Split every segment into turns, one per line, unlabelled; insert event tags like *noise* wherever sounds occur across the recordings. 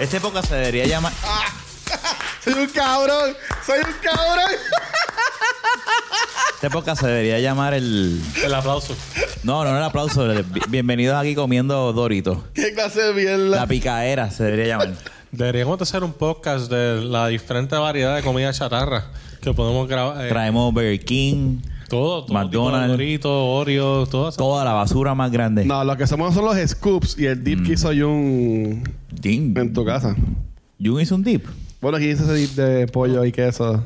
Este podcast se debería llamar.
Soy un cabrón. Soy un cabrón.
Este podcast se debería llamar el.
El aplauso.
No, no, no el aplauso. el bi- Bienvenidos aquí comiendo Doritos.
Qué clase de mierda.
La picaera se debería llamar.
Deberíamos hacer un podcast de la diferente variedad de comida chatarra que podemos grabar. eh,
Traemos Burger King,
todo, todo.
McDonald's.
Doritos, Oreo, todo eso.
toda la basura más grande.
No, lo que somos son los scoops y el dip
Mm.
que hizo Jun
Jim,
en tu casa.
Jun hizo un dip.
Bueno, aquí hizo ese dip de pollo y queso.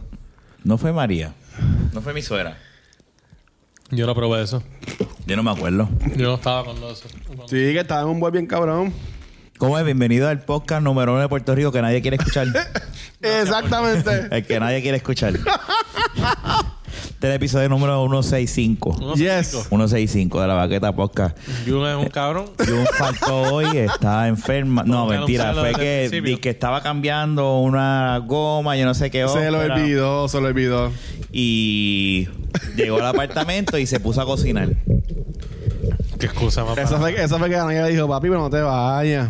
No fue María. No fue mi suegra.
Yo no probé eso.
Yo no me acuerdo.
Yo no estaba con eso.
Sí, que estaba en un buen bien cabrón.
¿Cómo es? Bienvenido al podcast número uno de Puerto Rico que nadie quiere escuchar.
Exactamente.
el que nadie quiere escuchar. Este es el episodio número 165.
Uno
Yes.
cinco.
165 de la Baqueta Podcast.
Jun es un cabrón.
Jun faltó hoy, está enferma. No,
Anunciarlo
mentira, fue
desde el
que,
principio.
di que estaba cambiando una goma, yo no sé qué.
*laughs* Se lo
ópera,
olvidó, se lo olvidó.
Y llegó al apartamento y se puso a cocinar.
Qué excusa, papá.
Esa fue, esa fue que Daniela dijo, papi, pero no te vayas.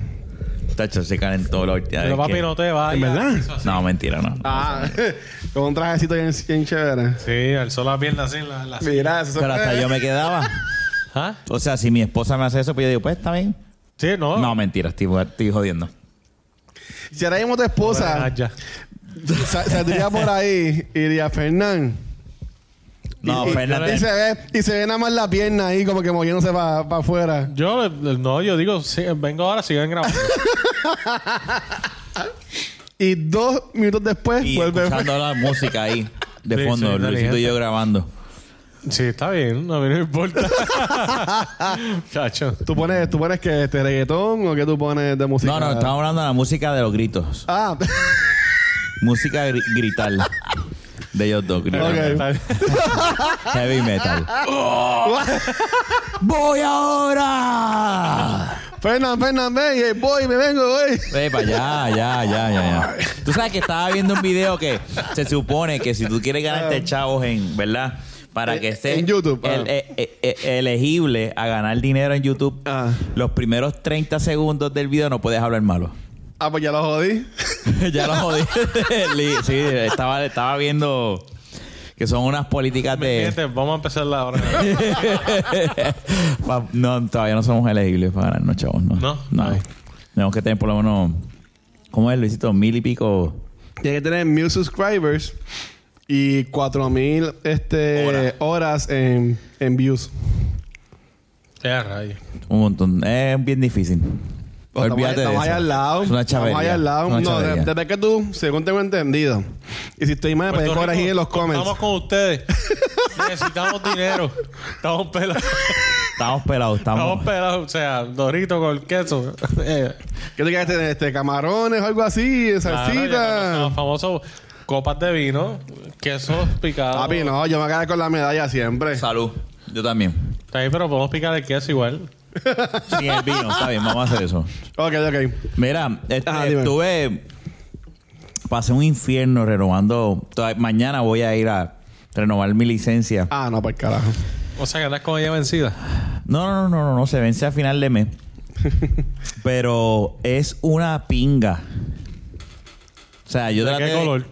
Tacho, se calentó la hortea.
Pero
es
papi,
que-
no te vayas.
¿En verdad?
Hizo así.
No, mentira, no.
Ah, *laughs* con un trajecito bien, bien chévere.
Sí, alzó la pierna así. La, la-
Mira, eso
Pero hasta yo me quedaba.
¿Ah?
O sea, si mi esposa me hace eso, pues yo digo, pues está bien.
Sí, no.
No, mentira, estoy, estoy jodiendo.
Si ahora mismo tu
Ah,
esposa
ya.
sa- saldría por ahí y diría, Fernán.
No,
y, Y
Fernández.
se, ve, y se ve nada más la pierna ahí como que moviéndose para afuera.
Yo, eh, no, yo digo, sí, vengo ahora, siguen grabando.
Y dos minutos después
Y
vuelve.
escuchando la música ahí, de
Sí,
fondo,
sí,
Luisito y
inteligente.
yo grabando.
sí, está bien, a mí no me
*laughs*
importa. Chacho.
¿Tú pones, ¿Tú pones que este reggaetón o qué tú pones de música?
No, no, estamos hablando de la música de los gritos.
Ah, *laughs*
Música gri- grital. De ellos dos, gritar.
ok.
Heavy metal. ¡Voy ahora!
Fernán, Fernán, ven, eh, voy, me vengo, voy.
Ve para allá, ya, ya, ya, ya. Tú sabes que estaba viendo un video que se supone que si tú quieres ganarte chavos en, ¿verdad? Para que
Ah. Eh,
estés
en YouTube, ah.
el- eh, eh, eh, elegible a ganar dinero en YouTube,
Ah.
los primeros 30 segundos del video no puedes hablar malo. *laughs*
Ah, pues ya lo jodí.
ya lo jodí. *laughs* Li- sí, estaba, estaba viendo que son unas políticas
Eh,
de...
Fíjate, vamos a empezar
*laughs*
la hora.
Pa- no, todavía no somos elegibles para ganarnos, chavos. No.
No. Ay.
Tenemos que tener por lo menos. ¿Cómo es, Luisito? Mil y pico.
Tienes que tener mil subscribers y cuatro mil este, horas en, en views.
Ya, rayo.
Un montón. Es bien difícil.
Pues Estamos ahí-
Pues Olvídate de
estamos
eso.
ahí al lado.
Es una chavería.
Estamos ahí al
Es
lado.
una
No, de-
chavería.
desde que tú, según tengo entendido. Y si estoy mal, pues
Puerto
corregir
Rico,
en los comments.
Estamos
*laughs*
con ustedes. Necesitamos dinero. Estamos pelados.
Estamos pelados.
Estamos
Estamos.
pelados. O sea, dorito con queso. Eh,
¿Qué te quieres tener? Este, camarones o algo así,
claro, ya
salsita.
conocemos famosos copas de vino, quesos picados.
Papi, no, yo me voy a quedar con la medalla siempre.
Salud. Yo también.
Está ahí, pero podemos picar el queso igual.
Sin el vino. Está bien, vamos a hacer eso.
Ok, ok.
Mira, este,
Ajá, Ah, dime.
tuve. Pasé un infierno renovando. toda- Mañana voy a ir a renovar mi licencia.
Ah, no, pues
*laughs*
carajo.
O sea, que andas con ella vencida.
No, no, no, no, no, no, se vence a final
*laughs*
de mes. Pero es una pinga. O sea, yo
¿De
traté
qué color?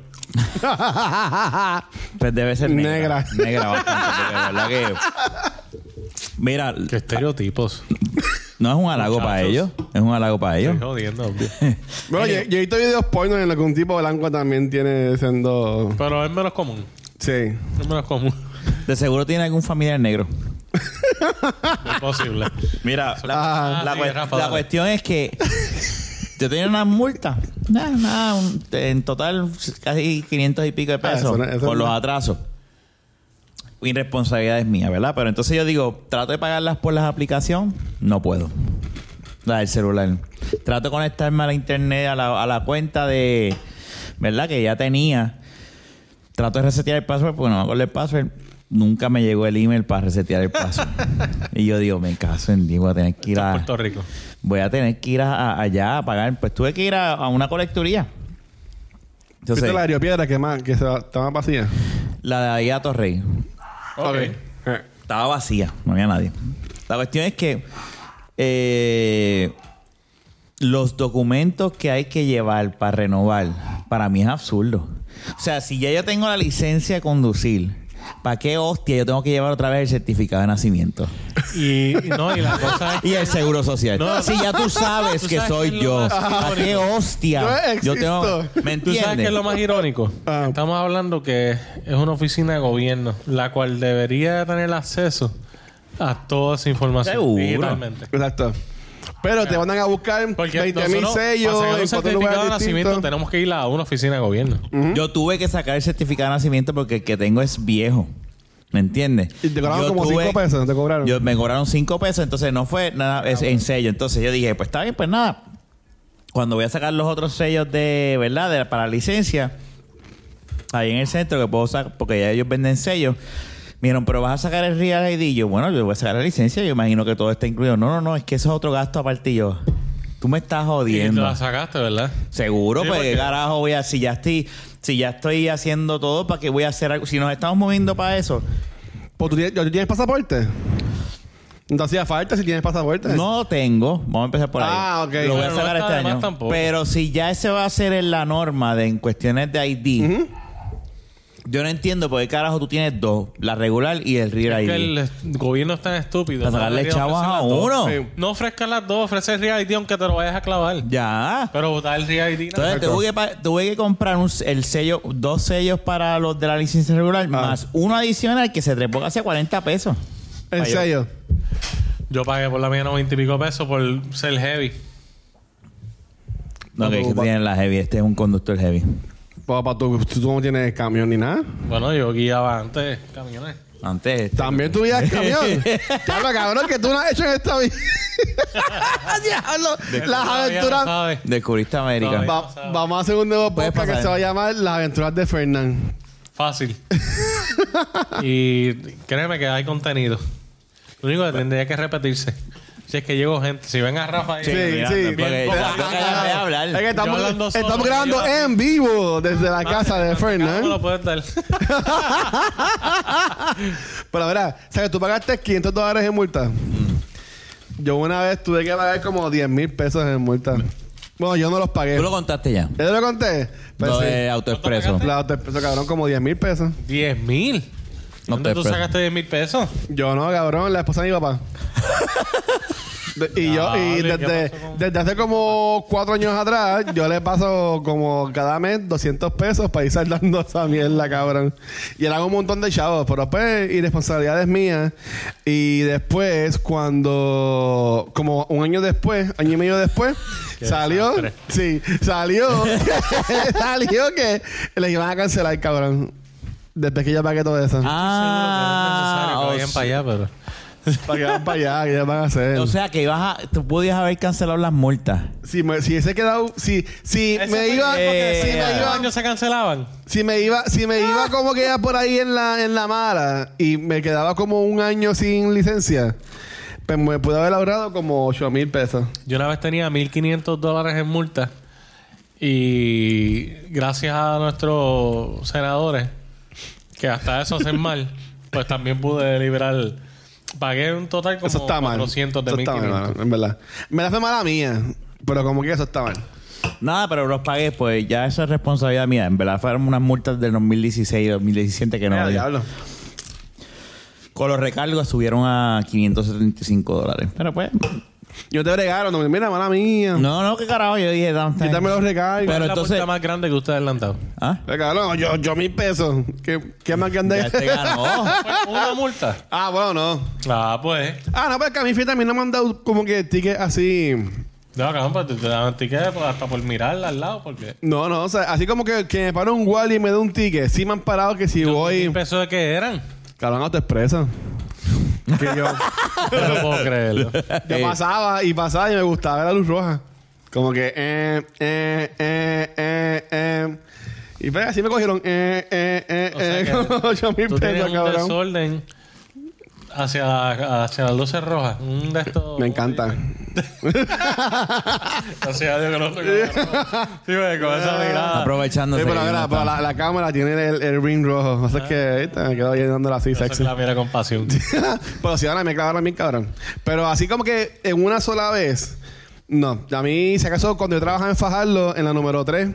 Pues debe ser negra.
Negra.
Negra bastante, porque de verdad que. Mira,
Qué estereotipos.
no es un halago para
Muchachos.
ellos. Es un halago para ellos.
Estoy jodiendo, obvio.
Bueno, yo, yo he visto videos porno en los que un tipo blanco también tiene siendo.
Pero es menos común.
Sí.
Es menos común.
De seguro tiene algún familiar negro.
Imposible.
Mira, la,
Ah,
la
sí,
cue-
Rafa,
la
dale.
cuestión es que yo tenía una multa. Nada, nada, un- en total casi 500 y pico de
Ah,
pesos
eso no- eso
por
no-
los atrasos. Irresponsabilidad es mía, ¿verdad? Pero entonces yo digo, trato de pagarlas por las aplicaciones, no puedo. La del celular. Trato de conectarme a la internet, a la, a la cuenta de, ¿verdad? Que ya tenía. Trato de resetear el password porque no me acuerdo el password. Nunca me llegó el email para resetear el
*laughs*
password. y yo digo, me caso en Dios, voy a tener que ir
Ah.
Esto es
a
Puerto Rico.
voy a tener que ir a- a- allá a pagar. Pues tuve que ir a, a una colecturía. Entonces,
¿Viste la
la,
aeropiedra que, más, que se va- está más vacía?
de ahí a Torrey.
Ok.
Eh.
Estaba vacía, no había nadie. La cuestión es que eh, los documentos que hay que llevar para renovar, para mí es absurdo. O sea, si ya yo tengo la licencia de conducir, ¿para qué hostia yo tengo que llevar otra vez el certificado de nacimiento?
Y, y no, y la cosa es que-
Y el seguro social.
No.
si ya tú sabes
¿Tú
que
sabes qué
soy
es lo Ah,
yo,
más
¿para qué
irónico?
hostia?
Yo
Yo tengo.
existo.
¿Me
¿Tú sabes qué es
entiendes?
lo más irónico?
Ah.
Estamos hablando que es una oficina de gobierno, la cual debería tener acceso a toda esa información
Seguro.
digitalmente.
Exacto. Pero te mandan a buscar
Porque
20 mil
nosotros,
sellos
para sacar un
en cuatro lugares
certificado de nacimiento
distintos.
tenemos que ir a una oficina de gobierno.
Yo tuve que sacar el certificado de nacimiento porque el que tengo es viejo. ¿Me entiendes?
Y te cobraron
Yo
como 5
tuve-
pesos, ¿no te cobraron? Ah,
Yo, me cobraron cinco pesos, entonces no fue nada, es en sello. Entonces yo dije, pues está bien, pues nada. Cuando voy a sacar los otros sellos de, ¿verdad? De, para licencia, ahí en el centro que puedo sacar, porque ya ellos venden sellos. Me dijeron, pero vas a sacar el Real ID. Y Yo, bueno, yo voy a sacar la licencia, yo imagino que todo está incluido. No, no, no, es que eso es otro gasto aparte y yo. Tú me estás
Y te
jodiendo.
la sacaste, ¿verdad?
Seguro,
Sí,
pues
porque-
qué carajo voy a si ya estoy si ya estoy haciendo todo para que voy a hacer algo, si nos estamos moviendo para eso.
Pues, ¿tú, tienes, ¿Tú tienes pasaporte? No te hacía falta si tienes pasaporte.
No tengo, vamos a empezar por ahí.
Ah, ok.
Lo voy a
Pero no
sacar
está de
este
más
año.
tampoco.
Pero si ya ese va a ser en la norma de en cuestiones de ID. Yo no entiendo por qué carajo tú tienes dos, la regular y el real ID.
Es que el gobierno es tan estúpido.
Para
No
sacarle
debería
chavos a
ofrecer las dos.
uno.
Sí.
No ofrezcas las dos, ofrece el Real ID aunque te lo vayas a clavar.
Ya.
Pero votar el Real ID. nada.
Entonces tuve que, pa- tuve que comprar un, s- el sello, dos sellos para los de la licencia regular,
Ah.
más uno adicional que se trepó casi a 40 pesos.
¿En
Ay, yo-
serio?
Yo pagué por la mía 90 y pico pesos por ser heavy.
No,
pues,
que, que tienen la heavy. Este es un conductor heavy.
Papá, ¿tú, tú no tienes camión ni nada.
Bueno, yo guiaba antes camiones.
Antes. este-
También tú vivías en *laughs* camión. Diablo, cabrón, que tú no has hecho en esta vida. *laughs* Diablo, las
Todavía no
aventuras.
sabes.
Descubriste América.
Todavía.
Va- vamos a hacer un nuevo
Puedes
podcast que
pasar.
se va a llamar Las aventuras de Fernán. *laughs*
Fácil. y créeme que hay contenido. Lo único que tendría que repetirse. Si es que llego gente, si ven a Rafa ahí,
Sí,
mira,
sí.
también,
Porque-
poco-
Yo que la voy a hablar.
Ah, Es que
Yo
estamos,
hablando solo,
estamos grabando
yo hablando.
en vivo desde la casa de
¿Cómo
Fernán.
lo puedes dar?
Pero verá, o sea, que tú pagaste 500 dólares en multa.
Mm.
Yo una vez tuve que pagar como 10 mil pesos en multa. Bueno, yo no los pagué.
Tú lo contaste ya.
¿Yo te lo conté? Pues
lo
sí.
de autoexpreso.
La otra peso, cabrón, como 10 mil pesos.
10 mil.
No
¿Dónde
te
tú
espero.
sacaste 10 mil pesos?
Yo no, cabrón, la esposa de mi papá. De- y yo, y
Dale, ¿qué
desde,
pasó con-
desde hace como cuatro años atrás, yo le paso como cada mes 200 pesos para ir saldando esa mierda, cabrón. Y él hago un montón de chavos, pero pues, irresponsabilidades mías. Y después, cuando, como un año después, año y medio después, salió,
desastre.
sí, salió, *laughs* salió que le iban a cancelar, cabrón. Después que yo pagué todo eso.
Ah,
Seguro que no es necesario que
o
vayan
sea-
para allá, pero.
Para que van para allá, que ya van a hacer.
o sea que ibas a, tú podías haber cancelado las multas.
si me, si ese quedado, si, si
Eso
me
fue-
iba,
Eh,
si
eh,
me
¿Cuántos
iba,
años se cancelaban?
si me iba, si me iba como que ya por ahí en la, en la mala y me quedaba como un año sin licencia, pues me pude haber ahorrado como 8 mil pesos.
Yo una vez tenía 1.500 dólares en multa y gracias a nuestros senadores, que hasta eso
*laughs*
hacen mal, pues también pude liberar. Pagué un total como
Eso está mal.
400 de
eso está mal,
1.500.
mano, en verdad. Me la fue mala mía, pero como que eso está mal.
Nada, pero los pagué, pues ya esa es responsabilidad mía. En verdad fueron unas multas del 2016 y 2017 que no.
Mira,
me dio.
diablo.
Con los recargos subieron a 575 dólares. Pero pues.
Mm. Yo te bregaron, no, mira, mala mía.
No, no, qué carajo. Yo dije, dame.
Quítame los recargos.
Pero
Pero entonces, la
entonces.
multa más grande que ustedes le han dado.
¿Ah?
Eh, cabrón, yo, yo mil pesos. ¿Qué, qué más que
Ya
andé?
te ganó.
Pues,
¿Una multa?
*laughs* ah, bueno, no.
Ah, pues.
Ah, no, pero es que a mí fíjate, a mí no me han dado como que tickets así.
No, cabrón, pues te- te dan ticket pues, hasta por mirarla al lado, porque.
No, no, o sea, así como que, que me paró un wall y me da un ticket. Sí me han parado que si
¿Qué
voy.
pesos de
*laughs*
qué eran?
Cabrón, no te expresa. Que
*laughs*
yo,
No puedo creerlo.
yo pasaba y pasaba y me gustaba ver la luz roja. Como que, eh, eh, eh, eh, eh. Y pues así me cogieron, eh, eh, eh,
O sea
eh,
que
*laughs* como 8 mil
Tú tenías
pesos,
un
cabrón.
desorden hacia, hacia las luces rojas. Un de estos-
Me encanta.
Gracias a Dios que no estoy con la roja.
*laughs*
Sí, güey, con
Ah.
esa mirada.
Aprovechándose.
Sí, pero,
que
mira,
no
pero
está.
la, la cámara tiene el, el ring rojo. O sea que ahorita me quedo llenándola así,
Esa es
sexy.
la mira con pasión.
*laughs* pero si ahora me clavaron a mí, cabrón. Pero así como que en una sola vez, No, a mí, si acaso, cuando yo trabajaba en Fajardo, en la número 3,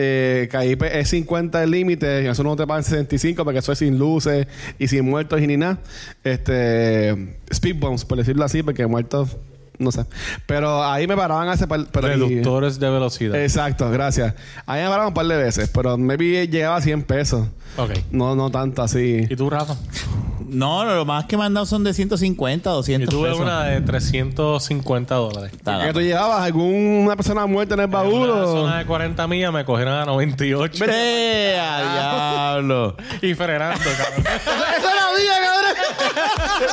eh, que ahí pues, es 50 el límite, y eso no te pagan 65 porque eso es sin luces y sin muertos y ni nada. Este, speed bumps, por decirlo así, porque muertos, no sé. Pero ahí me paraban hace par- pero y-
Reductores de velocidad.
Exacto, gracias. Ahí me paraban un par de veces, pero maybe llegaba a 100 pesos.
Ok.
No, no tanto así.
¿Y tú, Rafa?
No, lo más que me han dado son de 150,
Yo
200
tuve
pesos.
una de 350 dólares.
Está
¿Que
gato.
tú llevabas alguna persona muerta en el
En
baúl?
una
o-
zona de 40 millas me cogieron a 98
¡Eh, a
Ah.
diablo!
y frenando, cabrón.
¡Esa era mía, cabrón!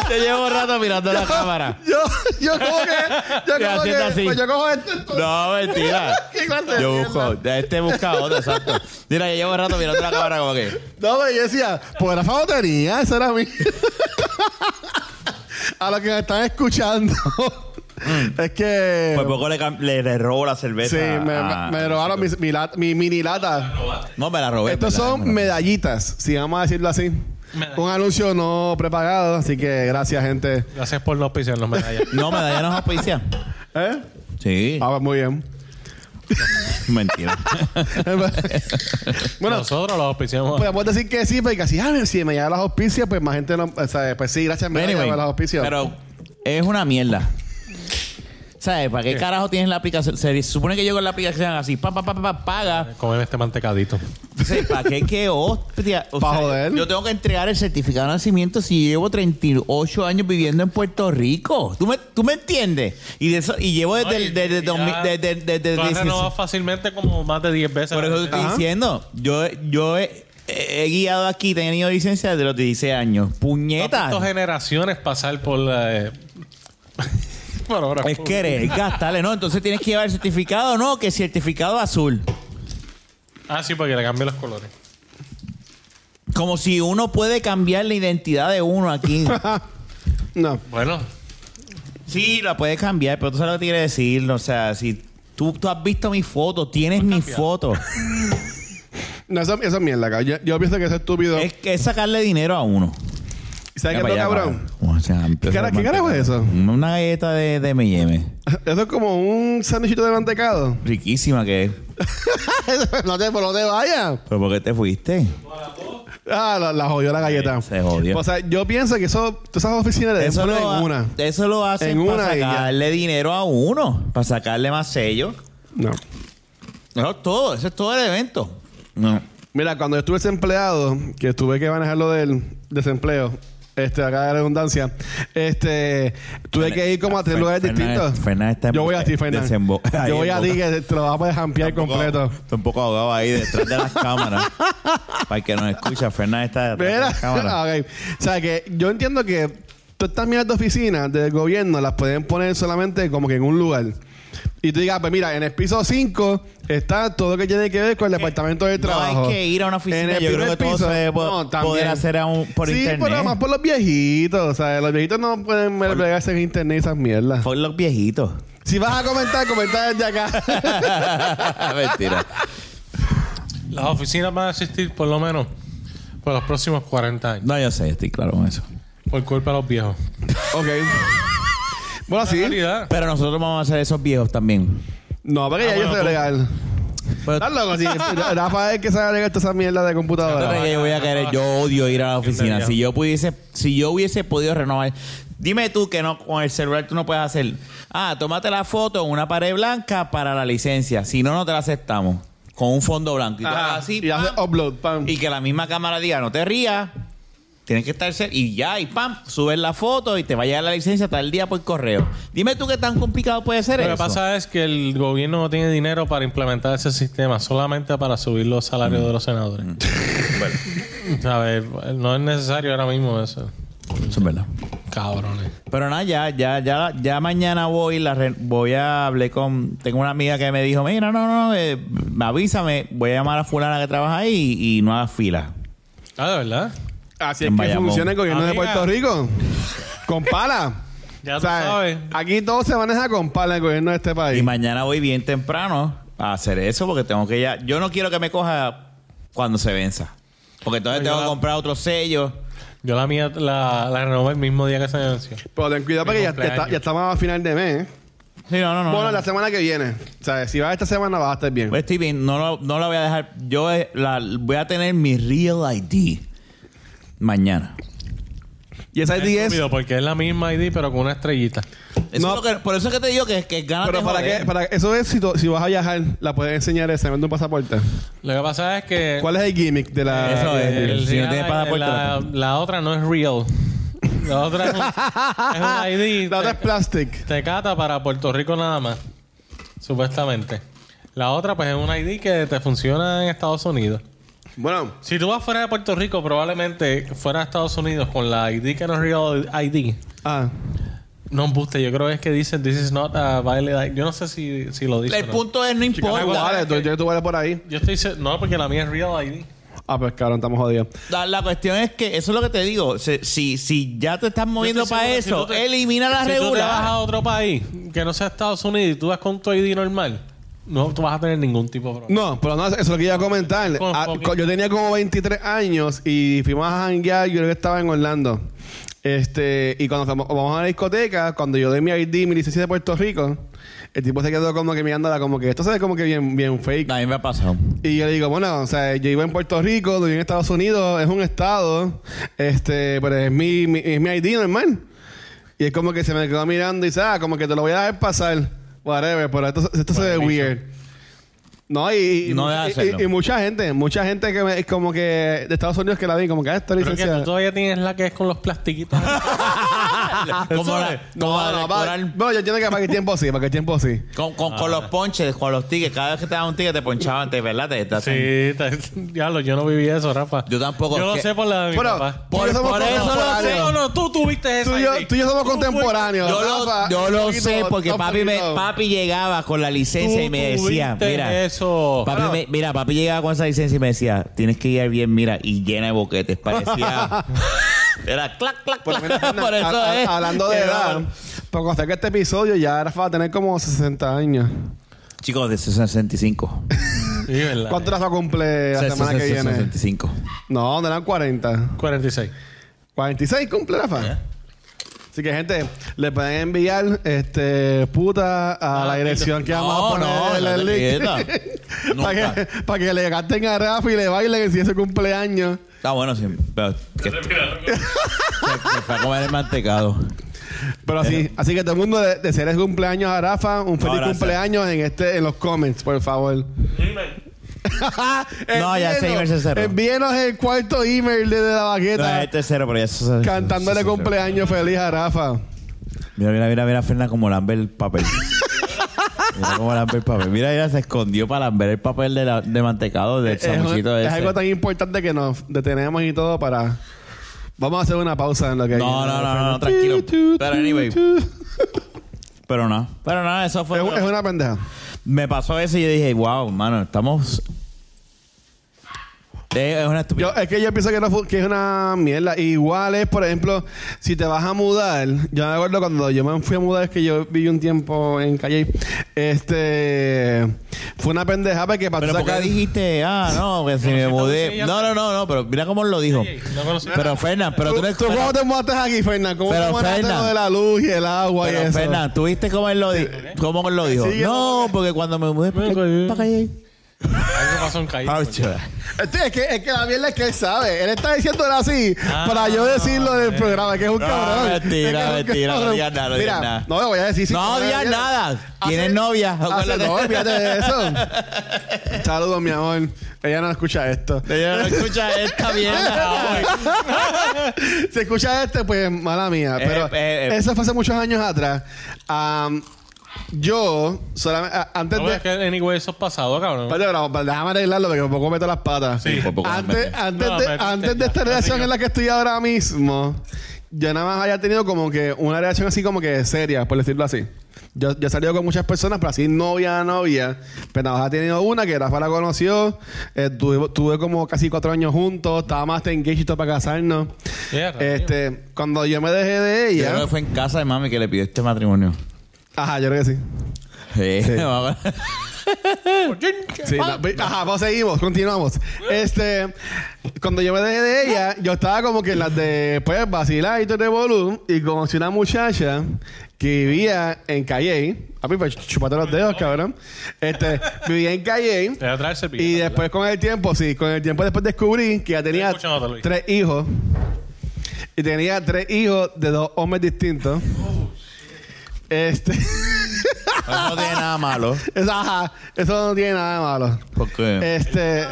Te llevo rato mirando la cámara.
Yo, yo como que...
Y
Yo como que...
haciendo así.
Pues yo cojo esto...
No, mentira.
*laughs* ¿Qué clase de
Yo
mierda?
busco, este busca otro, exacto. Mira, yo llevo rato mirando la cámara como que.
No, pero yo decía... Pues Rafa no tenía. Esa era mía. *laughs* A los que me están escuchando...
Mm.
es que...
Por pues poco le, cam- le, le robo la cerveza.
sí, me,
a-
me robaron mi, mi, lat- mi mini lata.
ah, No, me la robé.
Estos
¿verdad?
son medallitas, si vamos a decirlo así.
Medallitas.
Un anuncio no prepagado, así que gracias, gente.
Gracias por no pisarnos medallas.
No, medalla no es auspicia.
¿Eh?
Sí.
Ah, pues muy bien. *laughs*
Mentira.
bueno,
Nosotros los auspiciamos.
podemos Pues decir que sí, porque así, ah, si me llegan las auspicias, pues más gente no. O sea, pues sí, gracias, me
Pero
llegan las
anyway,
auspicias.
pero es una mierda. ¿Sabes? ¿Para qué, carajo tienes la aplicación? Se supone que yo con la aplicación así, pa, pa, pa, pa, pa, paga.
Comer este mantecadito.
Sí, ¿Para qué qué hostia? O
Pa'
sea,
joder.
Yo tengo que entregar el certificado de nacimiento si llevo 38 años viviendo en Puerto Rico. ¿Tú me, tú me entiendes? Y, de eso, y llevo desde el... Desde, el 2000 desde, desde, desde
Tú has
16.
renovado fácilmente como más de 10 veces.
Por eso te estoy
Ajá.
diciendo. Yo, yo he, he guiado aquí, he tenido licencia desde los 16 años.
No has
¡Puñeta!
visto generaciones pasar por la... eh, *laughs* por ahora.
Es querer, es gastarle, ¿no? Entonces tienes que llevar el certificado, ¿no? Que certificado azul.
Ah, sí, porque le cambié los colores.
Como si uno puede cambiar la identidad de uno aquí.
Ah, no.
Bueno,
sí, la puedes cambiar, pero tú sabes lo que te quiere decir. O sea, si tú, tú has visto mi foto, tienes mi foto.
No, eso, eso es mierda, cabrón. Yo, yo pienso que eso es estúpido.
Es, es sacarle dinero a uno.
¿Sabes
Ya para
qué es lo
allá,
cabrón?
para- O sea,
¿Qué cara- qué carajo es eso?
Una galleta de, de M&M.
*laughs* Eso es como un sándwichito
*laughs*
de mantecado.
Riquísima que es.
no, te, no te vayas.
¿Pero por qué te fuiste?
Ah, la, la jodió la galleta.
Se jodió.
O sea, yo pienso que eso, todas esas oficinas de
Eso
eso
lo,
en
ha-
una.
eso lo hacen
En
para
una y ya.
sacarle dinero a uno, para sacarle más sellos.
No.
No, todo, ese es todo el evento. No.
Mira, cuando yo estuve desempleado, que tuve que manejar lo del desempleo, este, acá de redundancia, este, tuve que ir como a tres lugares
Fernández-
distintos.
Fernández está en-
yo voy a ti, Fernández.
desembo- ahí
Yo voy
en
a
boca.
ti que te lo vas a poder jampear completo.
Está un poco ahogado ahí detrás de las *laughs* cámaras. para el que nos escucha, Fernández está detrás de
Mira,
las cámaras.
*laughs* ok. O sea, que yo entiendo que todas estas mierdas de oficinas del gobierno las pueden poner solamente como que en un lugar. Y tú digas, pues mira, en el piso 5 está todo lo que tiene que ver con el departamento de trabajo.
Eh, No hay que ir a una
En
oficina.
el
Yo creo que
primer
todo se
piso,
debe po-
no, también.
poder hacer a un, por
sí,
internet.
pero más por los viejitos. O sea, los viejitos no pueden plegarse en internet y esas mierdas.
Por los viejitos.
Si vas a comentar, comenta desde acá.
*laughs* Mentira.
las oficinas van a existir por lo menos por los próximos 40 años.
No, yo sé, estoy claro con eso.
Por culpa de los viejos.
ok. Bueno, sí.
En realidad,
Pero nosotros vamos a ser esos viejos también.
No, porque ya
Ah,
yo
bueno,
soy
tú-
legal.
Pero
Estás Ah, loco, *laughs* sí. Rafa es que sabe alegar toda esa mierda de
Yo creo
computadora.
que yo voy a querer, yo odio ir a la oficina. Si yo pudiese, si yo hubiese podido renovar, dime tú que no con el celular tú no puedes hacer. Ah, tómate la foto en una pared blanca para la licencia. Si no, no te la aceptamos. Con un fondo blanco. Y, tú
Ajá.
haces así,
y hace
pam,
upload, pam.
y que la misma cámara diga, no te rías. Tienes que estar cer- y ya, y pam, subes la foto y te va a llegar la licencia tal día por correo. Dime tú qué tan complicado puede ser
lo que
eso.
pasa es que el gobierno no tiene dinero para implementar ese sistema, solamente para subir los salarios de los senadores.
Mm.
*laughs* A ver, no es necesario ahora mismo eso.
Eso es verdad.
Cabrones.
Pero nada, ya, ya, ya, ya mañana voy, la re- voy a hablar con, tengo una amiga que me dijo, mira, no, no, no, eh, avísame, voy a llamar a fulana que trabaja ahí y, y no haga fila.
Ah, de verdad.
Así
En
es que
Bayamón.
funciona el gobierno de
Amiga.
Puerto Rico. Con pala.
Ya
O
tú
sea,
sabes.
Aquí todo se maneja con pala el gobierno de este
Y
país.
mañana voy bien temprano a hacer eso porque tengo que ya, yo no quiero que me coja cuando se venza. Porque entonces
Pero
tengo
ya
que
la-
comprar otro sello.
Yo la mía la, la renové el mismo día que se venció.
Pero ten cuidado porque
Mi
ya, ya
cumpleaños.
está- ya estamos a final de mes. ¿eh?
Sí, no, no, no.
bueno,
no.
la semana que viene. O sea, si vas esta semana, vas a estar bien.
Pues estoy bien, no lo, no la voy a dejar. Yo eh, la, voy a tener mi Real ID mañana.
Y esa ID es.
Estúpido, porque es la misma ID, pero con una estrellita.
Eso
No.
es lo que- por eso es que te digo que, que ganas
Pero
de
para
Ah, joder.
qué, para eso es si, tú- si vas a viajar, la puedes enseñar esa, vende un pasaporte.
Lo que pasa es que. eh,
¿Cuál es el gimmick de la eh,
Eso es.
el
Si no
real-
tienes pasaporte,
la, la otra no es real. La otra es,
*laughs*
un- es una ID.
La otra es
te-
plastic.
Te cata para Puerto Rico nada más, supuestamente. La otra, pues, es una ID que te funciona en Estados Unidos.
Bueno,
Si tú vas fuera de Puerto Rico, probablemente fuera de Estados Unidos con la ID que no es Real ID.
ah,
No, embuste, yo creo que es que dicen this is not a valid ID. Yo no sé si, si lo dicen.
El punto es, no
Chicago
importa.
vale, tú, yo- tú vale por ahí.
Yo estoy... se- No, porque la mía es Real ID.
Ah, pues cabrón, estamos jodidos.
La, la cuestión es que eso es lo que te digo. Se- Si, si ya te estás moviendo
Yo estoy
para
seguro,
eso,
si tú te-
elimina la
si tú te vas
regular.
a otro país que no sea Estados Unidos y tú vas con tu ID normal, no tú vas a tener ningún tipo de problema.
No, pero no, eso es lo que iba a comentar.
Con
Ah,
fucking-
co- yo tenía como 23 años y fuimos a janguear, yo creo que estaba en Orlando. Este, y cuando fuimos- vamos a la discoteca, cuando yo doy mi ID, mi licencia de Puerto Rico, el tipo se quedó como que mirándola, como que esto se ve como que bien, bien fake.
A mí me ha
*laughs*
pasado.
Y yo le digo, bueno, o sea, yo iba en Puerto Rico, viví en Estados Unidos, es un estado, este, pero es mi, mi- es mi ID normal. Y es como que se me quedó mirando y dice, ah, como que te lo voy a dejar pasar, whatever, pero esto, esto se ve weird. No, y, y-
No
y-
debe
y-
hacerlo.
y, mucha gente, mucha gente que me- es como que de Estados Unidos que la vi, como que ah, esta
Creo que tú
licencia.
todavía tienes la que es con
*laughs*
los plastiquitos.
Como la, como la de
va-
coral.
no, yo entiendo que para qué tiempo sí, para qué tiempo sí.
Con, con, con
Ah.
los ponches, con los tickets. Cada vez que te daban un ticket te ponchaban, te, ¿verdad? Te, te hacen-
sí, te- diablo, yo no viví eso, Rafa.
Yo tampoco,
Yo lo
que-
sé por la de mi
Bueno,
papá.
tú y yo
Por-
somos
por eso lo
contemporáneos.
sé,
No, no, tú tuviste eso.
Tú y yo, tú y yo somos contemporáneos.
Yo lo,
Rafa,
yo lo
poquito,
sé porque
no,
papi, me-
poquito.
papi llegaba con la licencia y me decía, mira,
eso.
papi me- mira, papi llegaba con esa licencia y me decía, tienes que ir bien, mira, y llena de boquetes, parecía... Era clac, clac,
Por, lo
clac. *laughs*
menos,
Por
a-
eso
a-
es.
Hablando de
Que
edad,
no-
para hacer que este episodio ya Rafa va a tener como 60 años.
Chicos, de 65.
Sí, ¿verdad?
¿Cuánto Rafa cumple la semana que viene?
65.
No, no eran 40.
46.
46 cumple Rafa.
¿Eh?
Así que, gente, le pueden enviar este puta a
Ah,
la dirección que vamos a poner en el link. *laughs* Para
Nunca.
que, para que le canten a Rafa y le bailen si es su cumpleaños.
Está Ah, bueno, sí. Pero, que, que, *laughs* que fue a comer el mantecado.
Pero
Eh.
así, así que todo el mundo de, de ser el cumpleaños a Rafa, un feliz
Ahora sí.
cumpleaños en este, en los comments, por favor. *laughs*
No, ya ese email se cerró.
Envíenos el cuarto email desde la
No, eh, este
baqueta
es tercero, pero ya eso se-
cantándole
eso se-
cumpleaños feliz a Rafa.
Mira, mira, mira, mira, Fernanda como lambe el
*laughs*
papel. Mira cómo lambe el papel. Mira, mira, se escondió para lamber el papel de, la- de mantecado del
Es, un-
sanguchito
es
ese.
algo tan importante que nos detenemos y todo para. Vamos a hacer una pausa en lo que.
No, no, no, no, no, tranquilo. Pero anyway. Pero no. Pero no, eso fue.
Es, un- es una pendeja.
Me pasó eso y yo dije, wow, mano, estamos. Eh, Es una
Yo,
estupidez.
es que yo pienso que, no fu- que es una mierda. Igual es, por ejemplo, si te vas a mudar. Yo me acuerdo cuando yo me fui a mudar, es que yo viví un tiempo en Calle. Este. Fue una pendeja porque para
Pero
tú
¿por qué
sacar-
dijiste, ah, no, que si me
no,
mudé.
sí, ya
No, no, no, no, pero mira cómo lo dijo.
Sí, no conocí.
Pero Fernan, pero tú
¿Tú,
no
tú cómo te mudaste aquí, Fernan? ¿Cómo
Pero,
te mudaste
Fernan.
lo de la luz y el agua y
Pero
eso? ¿eh?
Fernan, ¿tú viste cómo él lo, di- cómo él lo dijo?
Sigue,
No, porque cuando me mudé para
Venga,
para calle.
Algo pasó en
Ah,
pues. calle.
Este, es, que, es que la mierda es que él sabe. Él está diciéndolo así
Ah,
para yo decirlo del programa, que es un
No,
cabrón.
mentira,
Es que es un
mentira, no
cabrón.
digas nada, no
Mira,
digas nada.
No, lo voy a decir. sí,
No
voy a
odias
decir.
nada.
Hace-
Tienes novia.
hace-
Acuérdate.
No, olvídate de eso. Saludos, mi amor. Ella no escucha esto.
*laughs* Ella no escucha esta mierda.
*laughs* ¿eh? si escucha este, pues mala mía.
Eh,
Pero
eh, eh.
eso fue hace muchos años atrás. Am, yo, solamente, a- antes
No,
de...
es que anyway, eso es pasado, cabrón.
Espérate, pero, pero déjame arreglarlo porque un poco meto las patas.
Sí.
Por poco me
Antes,
mete.
antes, de,
No, metiste
antes de esta
ya.
relación
Así
en la que estoy ahora mismo, yo nada más haya tenido como que una relación así como que seria, por decirlo así. Yo, yo he salido con muchas personas, pero así novia a novia. Pero nada más he tenido una que Rafa la conoció. eh, tuve, tuve como casi cuatro años juntos. Estaba más engagitos para casarnos.
Yeah, rayos.
este, cuando yo me dejé de
Yo creo
ella...
que fue en casa de mami que le pidió este matrimonio. *laughs*
Ajá, yo creo que sí.
Sí.
Sí. Sí, no, ve- ajá, pues seguimos, continuamos. Este, cuando yo me dejé de ella, yo estaba como que en las de, pues, vacilar y todo el revolú, y conocí una muchacha que vivía en Calle. A mí, pues, chupate los dedos, cabrón. Este, vivía en Calle.
Te voy a traer cepillo.
Y
¿verdad?
después con el tiempo, sí, con el tiempo después descubrí que ya tenía
Estoy escuchándote, Luis.
tres hijos. Y tenía tres hijos de dos hombres distintos.
Oh,
Este, *laughs*
Eso no tiene nada malo.
eso, ajá, eso no tiene nada de malo.
Porque.
Este,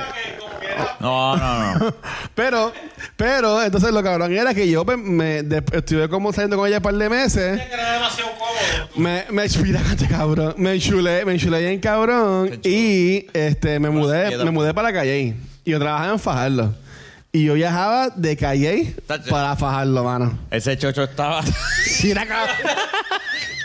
No, no, no.
pero, pero, entonces lo cabrón era que yo pues, me de- estuve como saliendo con ella un par de meses.
Era demasiado cómodo.
Me, me mira, cabrón. Me enchulé, me enchulé bien cabrón. Y este me mudé,
piedra.
me mudé para Calle. Y yo trabajaba en Fajardo. Y yo viajaba de Calle
Tacho.
para Fajardo, mano.
Ese chocho estaba.
Mira, cabrón.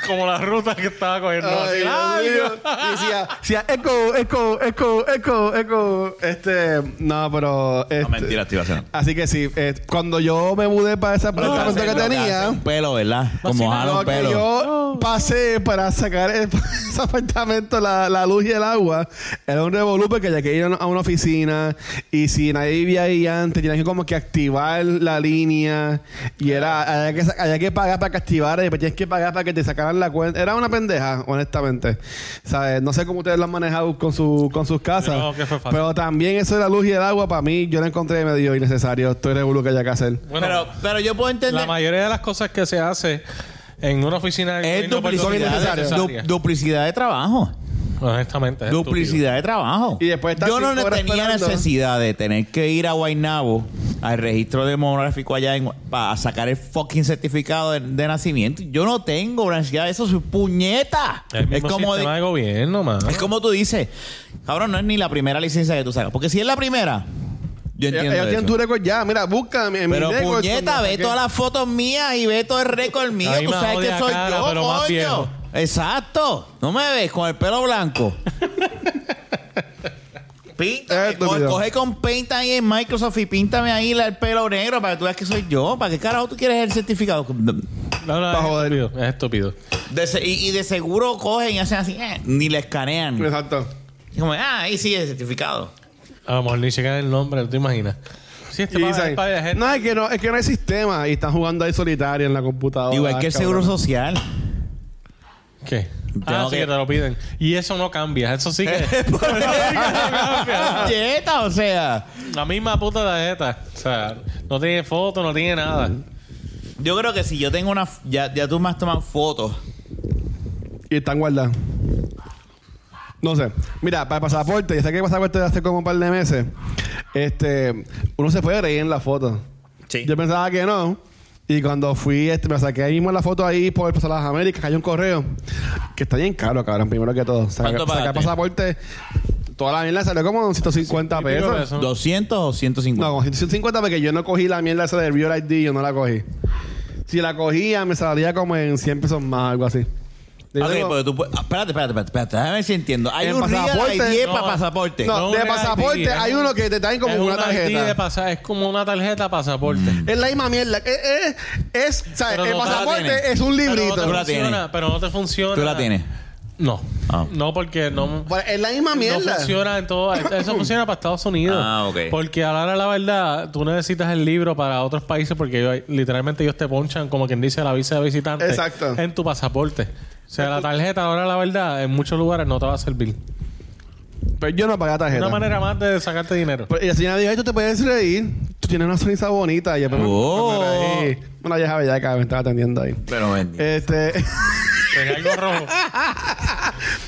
Como la ruta que estaba cogiendo.
Ay, Dios mío. Y decía, decía, eco, eco, eco, eco, eco. Este, no, pero. Este,
No, mentira, estoy haciendo.
Así que sí, eh, cuando yo me mudé para ese apartamento que tenía.
Un pelo, ¿verdad? Como jala
Lo
un
que
pelo.
yo pasé para sacar el- *laughs* ese apartamento, la, la luz y el agua, era un revolú porque había que ir a una- a una oficina y si nadie vivía ahí antes, tenías que como que activar la línea y era, había que, sa- había que pagar para que activara y después tienes que pagar para que te sacaran la cuenta. Era una pendeja, honestamente. ¿Sabes? No sé cómo ustedes lo han manejado con, su, con sus casas.
Yo creo que fue fácil.
pero también eso de la luz y el agua, para mí, yo lo encontré medio innecesario. Estoy revolú que haya que hacer.
Bueno,
pero, pero yo puedo entender.
la mayoría de las cosas que se hace en una oficina de
Es
gobierno
duplicidad,
particular
de,
es necesaria.
du- duplicidad de trabajo.
Honestamente. es
Duplicidad de trabajo.
Y después estar
Yo no
cinco horas
tenía
esperando.
necesidad de tener que ir a Guaynabo al registro demográfico allá en- para sacar el fucking certificado de, de nacimiento. Yo no tengo necesidad de eso, soy puñeta.
estúpido. El
Es
mismo
como, de-
sistema de gobierno, man.
es como tú dices, cabrón, no es ni la primera licencia que tú sacas. Porque si es la primera, yo
Ellos
entiendo.
ellos tienen
eso.
tu récord ya, mira, búscame en mi
Pero
récord,
puñeta,
no sé
ve
qué.
todas las fotos mías y ve todo el récord mío.
Ahí
Tú
me
sabes
jodía
que soy
cara,
yo,
pero más
coño.
viejo.
Exacto. No me ves con el pelo
*laughs*
blanco. Píntame,
Esto,
co-
mira.
coge con Paint ahí en Microsoft y píntame ahí la- el pelo negro para que tú veas que soy yo. ¿Para qué carajo tú quieres el certificado?
No, no,
Pa' joder.
es estúpido. Es estúpido.
De se- y, y de seguro cogen y hacen así, eh, ni le escanean.
*laughs* Exacto.
Y como, ah, ahí sí, el certificado.
A lo mejor ni checan el nombre, ¿tú te imaginas? Sí, este
Y
pa-
dicen,
es para la gente.
no, es que no, es que no hay sistema y están jugando ahí solitario en la computadora.
Igual que el seguro
Oh, ah, cabrón.
social.
*laughs*
*laughs*
¿Qué?
Tengo
Ah, sí
que-
que te lo piden. Y eso no cambia. Eso sí
*laughs*
que...
Puñeta, o sea.
La misma puta tarjeta. O sea, no tiene foto, no tiene nada.
Yo creo que si yo tengo una. f- Ya, ya tú me has tomado fotos.
Y están guardados. No sé. Mira, para el pasaporte, ya sé que el pasaporte de hace como un par de meses, este, uno se puede reír en la foto.
Sí.
Yo pensaba que no. Y cuando fui, este, me saqué ahí mismo la foto ahí por el Plaza de las Américas, cayó un correo. Que está bien caro, cabrón, primero que todo. Saca,
¿Cuánto
sacar
pagaste?
pasaporte, toda la mierda salió como
Ah,
150
pues
pesos.
Eso.
200 o 150.
No, con 150 porque yo no cogí la mierda esa de Real ID, yo no la cogí. Si la cogía, me salía como en 100 pesos más, algo así. Yo
Ok,
digo,
pues,
pero tú puedes. ah, Espérate, espérate, espérate, espérate. Déjame ver si entiendo. Hay
En
un real
pasaporte-
ID
No,
para pasaporte.
no. de
un real
pasaporte,
es
hay
un-
uno que te traen como
es
una
un
tarjeta. Mm.
ID de pasa- es como una tarjeta pasaporte.
es la misma mierda. Es, es, es- ¿sabes?
Pero
el
no,
tú la tienes.
pasaporte es un
Pero
librito.
no, te
Tú la tienes.
funciona, pero no te funciona.
Tú la tienes.
No.
Ah.
No, porque no.
Bueno, Pues, es la misma
No
mierda.
funciona en todo. Eso funciona para Estados Unidos.
Ah, ok.
Porque a la hora de la verdad, tú necesitas el libro para otros países porque ellos- literalmente ellos te ponchan, como quien dice, la visa de visitante
Exacto.
en tu pasaporte. O sea, la tarjeta, a la hora de la verdad, en muchos lugares no te va a servir.
pero yo no pagué la tarjeta.
Una manera más de sacarte dinero.
Pero- Pues, y la señora dijo, "Ay, tú te puedes reír. Tú tienes una sonrisa bonita. Y yo pues, me-
Oh.
me reí. Una vieja bellaca me estaba atendiendo ahí.
Pero bendito.
Este... *laughs*
Tenía algo rojo.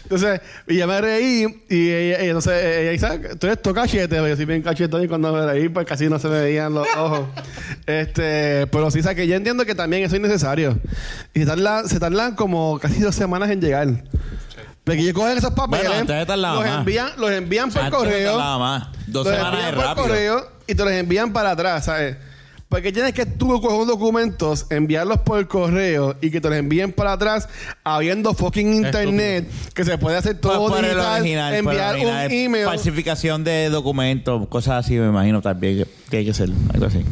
Entonces, y yo me reí y ella, y entonces eh, ella dice, "Ah, tú eres tocachete, yo soy bien cachetón y cuando me reí pues casi no se me veían los ojos. este, pero sí, o sea, que yo entiendo que también eso es innecesario. Y se tardan, se tardan como casi dos semanas en llegar. Porque ellos cogen esos papeles,
Bueno, antes se tardaban
los,
más.
envían, los envían por
Antes
correo,
Nada más. Dos
los
semanas de
envían por
rápido.
correo y te los envían para atrás, ¿sabes? Porque tienes que tú coger documentos, enviarlos por correo y que te los envíen para atrás, habiendo fucking internet, que se puede hacer
Pues
todo
por el
digital,
original, por el
enviar
original.
un email.
Falsificación de documentos, cosas así, me imagino también que, que hay que hacer. Algo así.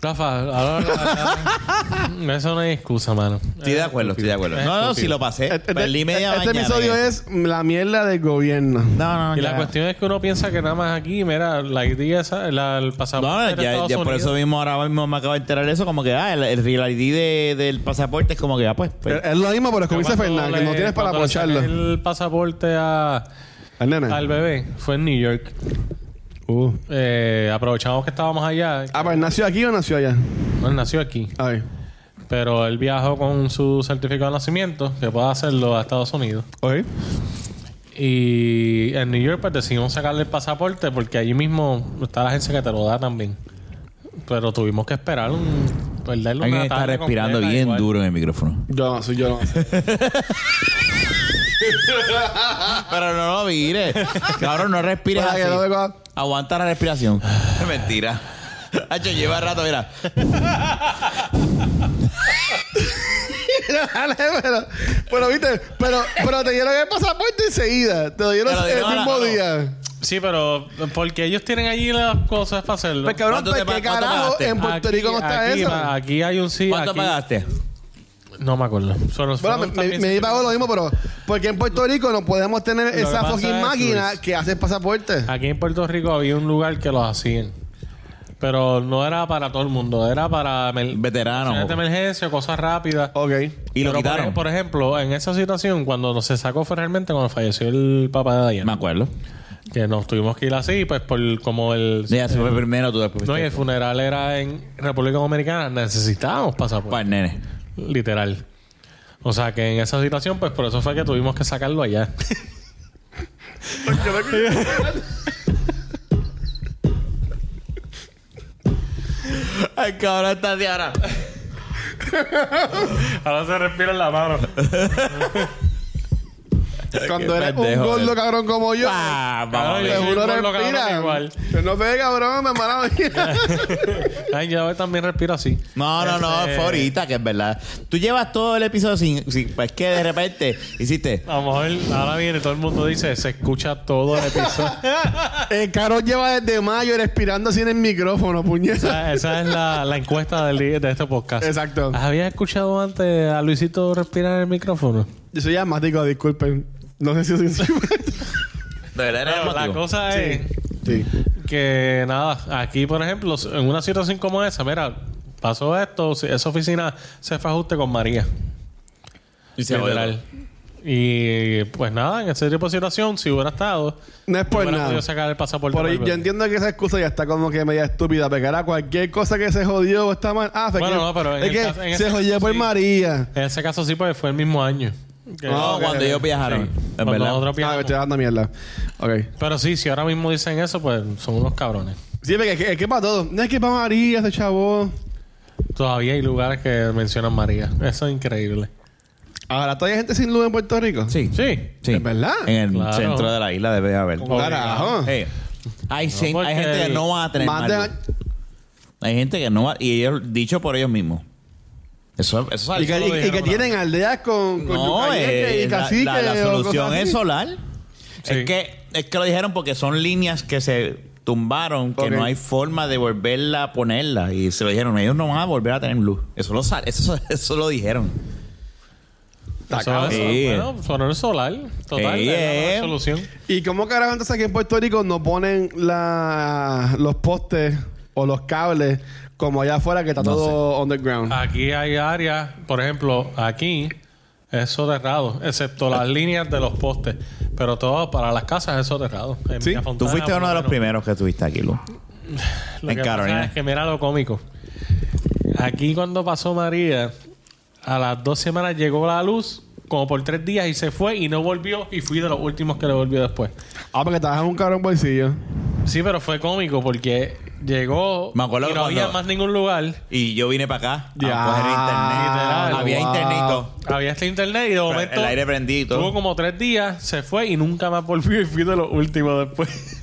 Rafa, ahora- ahora- eso no hay excusa, mano.
Estoy de acuerdo, estoy de acuerdo. No, no, si lo pasé.
Este,
Perdí media
este
mañana.
episodio es la mierda del gobierno.
No, no,
Y la
ya.
cuestión es que uno piensa que nada más aquí, mira, la idea, esa- la, el
No,
pasaporte
no,
era
ya,
Estados
ya por
Unidos.
eso mismo ahora mismo me acabo de enterar eso, como que ah, el, el Real ID de- del pasaporte es como que ah, pues, pues,
eh,
Es lo mismo, pero es como dice
Cuando
Fernández, que
le-
no tienes para
cuando le
aprovecharlo. Eh.
saqué el pasaporte a-
Al nene.
al bebé fue en New York.
Uh.
Eh, aprovechamos que estábamos allá.
Ah, pero ¿nació aquí o nació allá?
Bueno, él nació aquí.
A ver.
Pero él viajó con su certificado de nacimiento, que puede hacerlo a Estados Unidos.
Ok.
Y en New York, pues decidimos sacarle el pasaporte porque allí mismo está la agencia que te lo da también. Pero tuvimos que esperar un. perderle
alguien
una
está
tarde
respirando
completa
bien
igual.
duro en el micrófono.
Yo no soy yo
*laughs*
no. sé.
Pero no lo mires. *laughs* Cabrón, no respires
Para que no me
así.
coja-
Aguanta la respiración. *laughs* Mentira. Hacho, lleva rato, mira.
Dale, pero, pero viste, pero, pero te dieron el pasaporte enseguida. Te lo dieron
Te lo
el
dieron
mismo
a la-
día.
Sí, pero porque ellos tienen allí las cosas para hacerlo.
Pues cabrón,
¿Cuánto
pues,
te pa-
¿qué
cuánto
carajo?
pagaste?
En Puerto
Aquí-
Rico no está
aquí,
eso.
pa- Aquí hay un sí.
¿Cuánto
aquí-
pagaste?
No me acuerdo. Solo- solo
Bueno, me, me,
también-
me pagó lo mismo, pero porque en Puerto Rico no podemos tener
que
esa
pasa
fucking
es,
máquina
Luis.
que hace el pasaporte.
Aquí en Puerto Rico había un lugar que los hacían. Pero no era para todo el mundo, era para emer-
Veterano.
situaciones de emergencia, cosas rápidas.
Ok.
Y lo
Pero por
quitaron.
ej- Por, ejemplo, en esa situación, cuando se sacó fue realmente cuando falleció el papá de
Me
Diana.
acuerdo.
Que nos tuvimos que ir así, pues por como el...
Ya se fue primero, tú después.
No, y el funeral era en República Dominicana. Necesitábamos pasaporte.
Para el nene.
Literal. O sea que en esa situación, pues por eso fue que tuvimos que sacarlo allá.
Ay, cabrón, está de ahora.
*laughs* Ahora se respira en la mano.
Cuando
Qué
eres un
pendejo,
gordo
eh.
cabrón como yo.
*laughs* Ah, vamos a
Ay,
ver.
Seguro
soy un gordo cabrón
respira.
igual.
Que no ve, cabrón, me mala mía.
*laughs* Ay, yo también respiro así.
No, no, no,
Este-
fue ahorita, que es verdad. Tú llevas todo el episodio sin. sin- pues que de repente hiciste.
A lo mejor ahora viene todo el mundo dice, se escucha todo el episodio.
El cabrón lleva desde mayo respirando sin el micrófono, puñeta.
esa, *laughs* esa es la, la encuesta del día- de este podcast.
Exacto.
¿Habías escuchado antes a Luisito respirar en el micrófono?
Yo soy asmático, disculpen. No sé si soy
De
*laughs*
verdad era
Pero la
emotivo.
cosa es
Sí.
que nada, aquí por ejemplo, en una situación como esa, mira, pasó esto, si- esa oficina se fue a ajuste con María.
Y se
Literal. Y pues nada, en ese tipo de situación, si hubiera estado,
No es
no
por
hubiera
Pues nada.
podido sacar el pasaporte.
Por
para
ahí,
el
yo
bebé.
entiendo que esa excusa ya está como que media estúpida. Porque ahora cualquier cosa que se jodió o está mal. Ah, fue
Bueno,
que,
no, pero en
es
el
que
caso- en
se
ese
jodió
caso
por
sí.
María.
En ese caso sí, porque fue el mismo año. Que-
No,
Ah, Ok,
cuando
ok.
ellos viajaron.
Sí.
Es
Cuando
verdad.
nosotros
Ah, me
viajamos.
estoy dando mierda. Ok.
Pero sí, si ahora mismo dicen eso, pues son unos cabrones.
Sí, porque es que, es que para todo. No es que para María, ese chavo.
Todavía hay lugares que mencionan María. Eso es increíble.
Ahora todavía hay gente sin luz en Puerto Rico.
Sí.
Sí.
Sí.
¿Es verdad?
En el
Claro.
centro de la isla debe haber.
Oh, Carajo.
Eh, hay, gen-
porque
hay gente que
el-
no va a tener
Más
más
de-
luz. Hay gente que no va. Y ellos, dicho por ellos mismos. Eso, eso
Y
sale.
que, y- y que tienen aldeas con, con
No,
yucayete
eh,
y
la-
cacique.
la, la
o cosas
solución
así.
es solar.
Sí.
Es, que, es que lo dijeron porque son líneas que se tumbaron, que
Ok.
no hay forma de volverla a ponerla. Y se lo dijeron, ellos no van a volver a tener luz. Eso lo, sal- *laughs* eso, eso lo dijeron.
Está
Eso,
cabrón.
eso,
Sí.
Bueno, sonar solar. Total.
Sí,
es
eh.
la solución.
¿Y cómo carajo entonces aquí en Puerto Rico no ponen la, los postes o los cables como allá afuera que está
No
todo underground?
Aquí hay áreas, por ejemplo, aquí es soterrado, excepto las líneas de los postes. Pero todo para las casas es soterrado. En
Sí.
Villa Fontana,
Tú fuiste
por
uno de los
lo menos.
primeros que estuviste aquí, Lu.
Lo
En
que pasa
Carolina.
es que mira lo cómico. Aquí cuando pasó María, a las dos semanas llegó la luz, como por tres días, y se fue y no volvió, y fui de los últimos que le volvió después.
Ah, porque trabajas un cabrón bolsillo.
Sí, pero fue cómico porque llegó
Me acuerdo
y no
cuando-
había más ningún lugar.
Y yo vine para acá
Ya.
a coger internet.
Literal.
Había
Wow.
internet y todo.
Había este internet y de momento
El aire prendido.
tuvo como tres días, se fue y nunca más volvió y fui de los últimos después.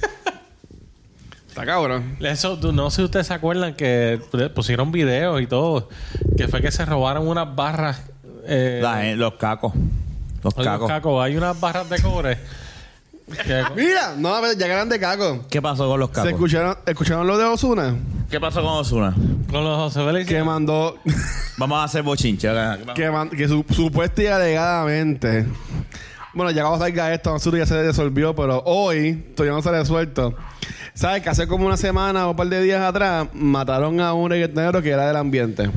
Está cabrón.
*laughs* Eso, tú- no sé si ustedes se acuerdan que pusieron videos y todo, que fue que se robaron unas barras. eh,
los cacos. Los
Oye,
cacos.
Caco, hay unas barras de cobre. que-
Mira, no, a ver, ya ganan de caco.
¿Qué pasó con los
¿Se
cacos?
escucharon, escucharon lo de Osuna?
¿Qué pasó con Osuna?
Con los José Félix.
que mandó
Vamos a hacer bochinche. acá.
que, man- que su- supuesta y alegadamente bueno ya cuando salga esto Mansur ya se resolvió pero hoy todavía no se ha resuelto sabes que hace como una semana o un par de días atrás mataron a un reggaetonero que era del ambiente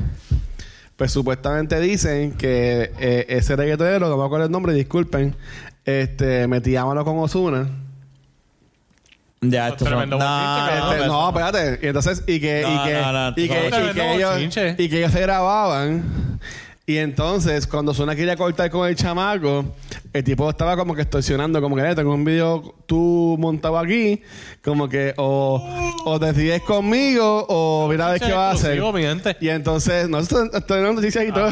pues supuestamente dicen que eh, ese reggaetonero no me acuerdo el nombre disculpen este metía mano con Osuna
Ya, esto
Tremendo
son-
bochinche,
No,
cabrón.
Este,
pero-
no, espérate. Y entonces, y que,
No,
y que,
no, no,
y
no,
que,
no,
y
no,
que
no,
ellos,
chinche.
y que ellos se grababan. Y entonces, cuando Zuna quería cortar con el chamaco, el tipo estaba como que extorsionando, como que "Eh, tengo un video tú montado aquí, como que o, o decides conmigo o mira a ver qué vas a hacer.
Exclusivo, mi gente. Ah,
Y entonces, nosotros tenemos noticias y todo.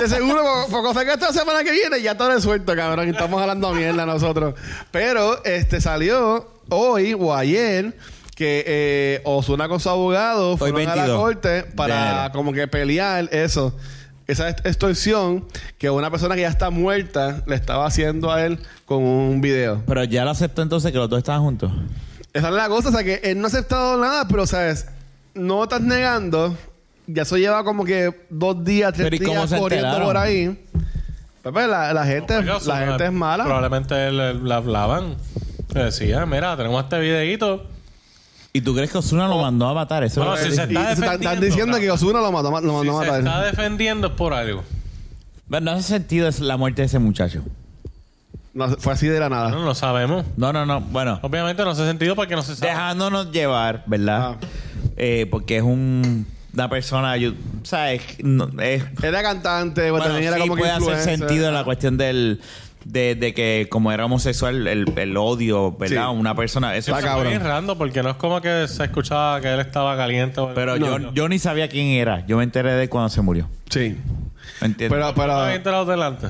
De seguro, por cosa que esta semana que viene ya está resuelto, cabrón. y Estamos hablando mierda nosotros. Pero este salió hoy o ayer que eh, Osuna con su abogado fueron a la
22
corte
de
para
enero.
como que pelear eso. Esa est- extorsión que una persona que ya está muerta le estaba haciendo a él con un video.
Pero ya lo aceptó entonces que los dos estaban juntos.
Esa es la cosa, o sea que él no ha aceptado nada, pero sabes, no estás negando. Ya eso lleva como que dos días, tres
Pero, ¿y cómo
días
se
corriendo
enteraron?
por ahí. Pepe, la, la gente,
Oiga,
la
Ozuna,
gente es mala.
pues, Probablemente le, le hablaban. Le decían, mira, tenemos este videíto.
¿Y tú crees que Osuna lo mandó a matar? Eso
Oh. Bueno,
es lo
sí,
que-
se
Y
está
se están, están
defendiendo,
diciendo
cabrón.
que Osuna lo mató, lo mandó
si
a
se
matar.
está defendiendo es por algo.
Pero no hace sentido es la muerte de ese muchacho.
No, fue así de la nada.
No lo sabemos.
No, no, no. Bueno,
Obviamente no hace sentido porque no se sabe.
dejándonos llevar, ¿verdad?
Ah.
Eh, porque es un, una persona, yo, ¿sabes? No, es,
Era cantante, pero
bueno,
también era
sí
como que
puede hacer
influencer. Ah.
sentido en la cuestión del... De, de que como era homosexual, el, el odio, ¿verdad?
Sí.
Una persona... Eso
Está
es-
cabrón.
Fue bien rando porque no es como que se escuchaba que él estaba caliente. o algo.
Pero
No.
yo, yo ni sabía quién era. Yo me enteré de cuando se murió.
Sí.
¿Me entiendes?
Pero,
Estaba bien
pero,
tirado delante.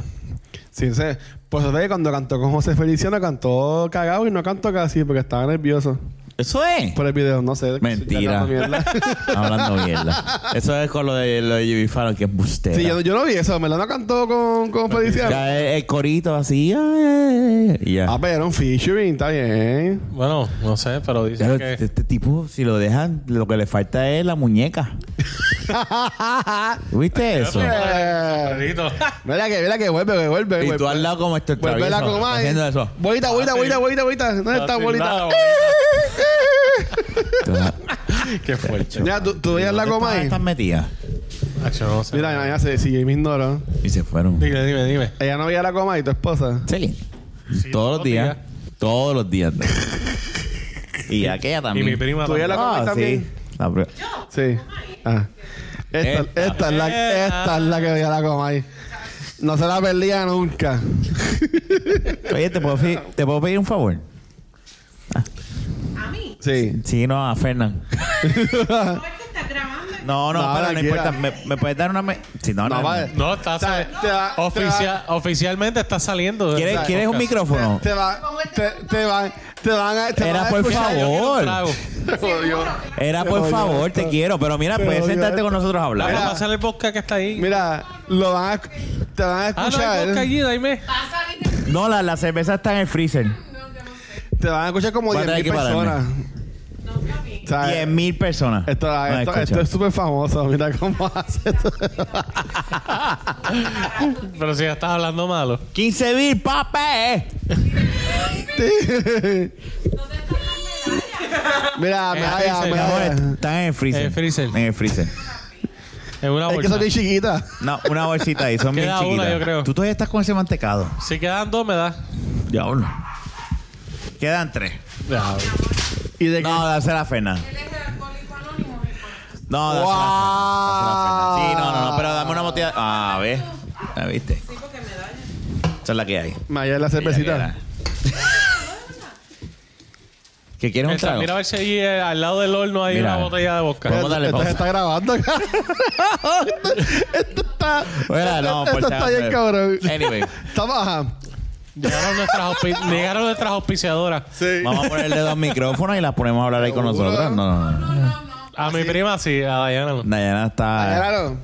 sí, sé. Pues ¿sabes? cuando cantó con José Feliciano, cantó cagado y no cantó casi porque estaba nervioso
Eso es.
por el video. No sé.
Mentira.
Mierda.
Hablando mierda. Eso es con lo de lo de Jimmy Fallon, que es bustero.
Sí, yo, yo no vi eso. Me no cantó con, con Feliciano.
Ya el, el corito así. ay, ay, ay, y ya.
Ah, pero era un featuring, está bien.
Bueno, no sé, pero
Ya
dicen
lo-
que...
este, este tipo, si lo dejan, lo que le falta es la
*laughs*
muñeca. ¿Viste eso?
Eh, *laughs*
Perrito.
Mira que, mira que vuelve, que vuelve.
Y tú
vuelve.
al lado como este
Vuelve la
travieso,
coma.
haciendo eso.
*laughs* Bolita, bolita,
Ah, sí.
bolita, bolita, bolita. ¿Dónde está
Así, nada,
bolita?
Qué fuerte.
Ya, tú, tú veías la
¿Dónde
coma
están
ahí.
Estas metidas.
Nacho, no sé.
Mira, ya se si yo me ignoro.
Y se fueron.
Dime, dime, dime.
Ella no veía la coma y tu esposa.
Sí. todos los días. Todos los
*laughs*
días. ¿no? y aquella
Y
también.
mi prima
Tú ya la-
también.
Ah,
comes también.
sí. La pri-
Sí. Ah. Esta,
Esta.
esta es la, esta es la que veía la coma ahí. No se la perdía nunca. *laughs*
Oye, ¿te puedo, pe- ¿te puedo pedir un favor?
A mí.
Sí.
Sí, no, a Fernán.
No es que estás grabando.
No, no,
No,
pero no
tranquila.
importa. ¿Me, me puedes dar una... me- Sí, no, no.
No,
no.
vale.
No, está...
O sea, te va- te va-
oficial- oficialmente está saliendo. de-
¿Quieres,
del
¿Quieres un
podcast.
micrófono?
Te va- te- te van, te van a. Te
Era
van a
por
escuchar.
favor.
Yo quiero un trago.
Era,
Pero
por
yo-
favor, te quiero. Pero mira,
Pero
puedes
yo-
sentarte con nosotros a hablar.
Ah, Vamos
Mira.
a hacer el podcast que está ahí.
Mira, lo van a, esc- te van a
Ah, no hay
escuchar.
vodka allí, dime.
Pasa, viste.
No, la, la cerveza está en el freezer.
No, que no sé.
te van a escuchar como
Voy a
10.000
tener que
personas.
pararme.
No, está bien.
O sea,
10.000 personas.
Esto,
No me
esto, esto
escuchan.
es súper famoso. Mira cómo *laughs* hace esto.
Pero si ya estás hablando malo.
15.000, papi.
No te estás dando medalla.
Mira,
Eh,
medalla,
freezer,
Mi amor,
medalla.
están en el freezer.
En el freezer.
En el freezer.
Es una
Es que
bolsa.
son bien chiquitas.
No, una bolsita ahí. Son bien
Queda una,
chiquitas.
yo creo.
Tú todavía estás con ese mantecado.
Si quedan dos, me da.
Diablo. Quedan tres.
Ya,
Y de que.
No, dásela a Fernán.
Él es el alcohólico anónimo.
No, dásela a Fernan. Dásela a Fernan. Sí, no, no, no, pero dame una botella. Ah, a ver. ¿La viste?
Sí, porque medalla.
Esa es la que hay.
Medalla es la cervecita.
¿Qué quieres un
Esta,
trago?
mira a ver si allí eh, al lado del horno hay
Mira.
una botella de vodka.
Vamos a darle
Esto se
pausa.
está grabando. *laughs* esto está.
Mira, no,
esto
por Eh.
está
si
bien,
acaso.
cabrón.
Anyway,
Está baja.
Llegaron
*laughs*
nuestras, auspi- llegaron nuestras auspiciadoras.
Sí.
vamos a ponerle dos micrófonos y las ponemos a hablar ahí con
¿Seguro?
nosotros. No, no, no.
No, no, no.
A mi prima sí, a Dayana no.
Dayana está.
Claro.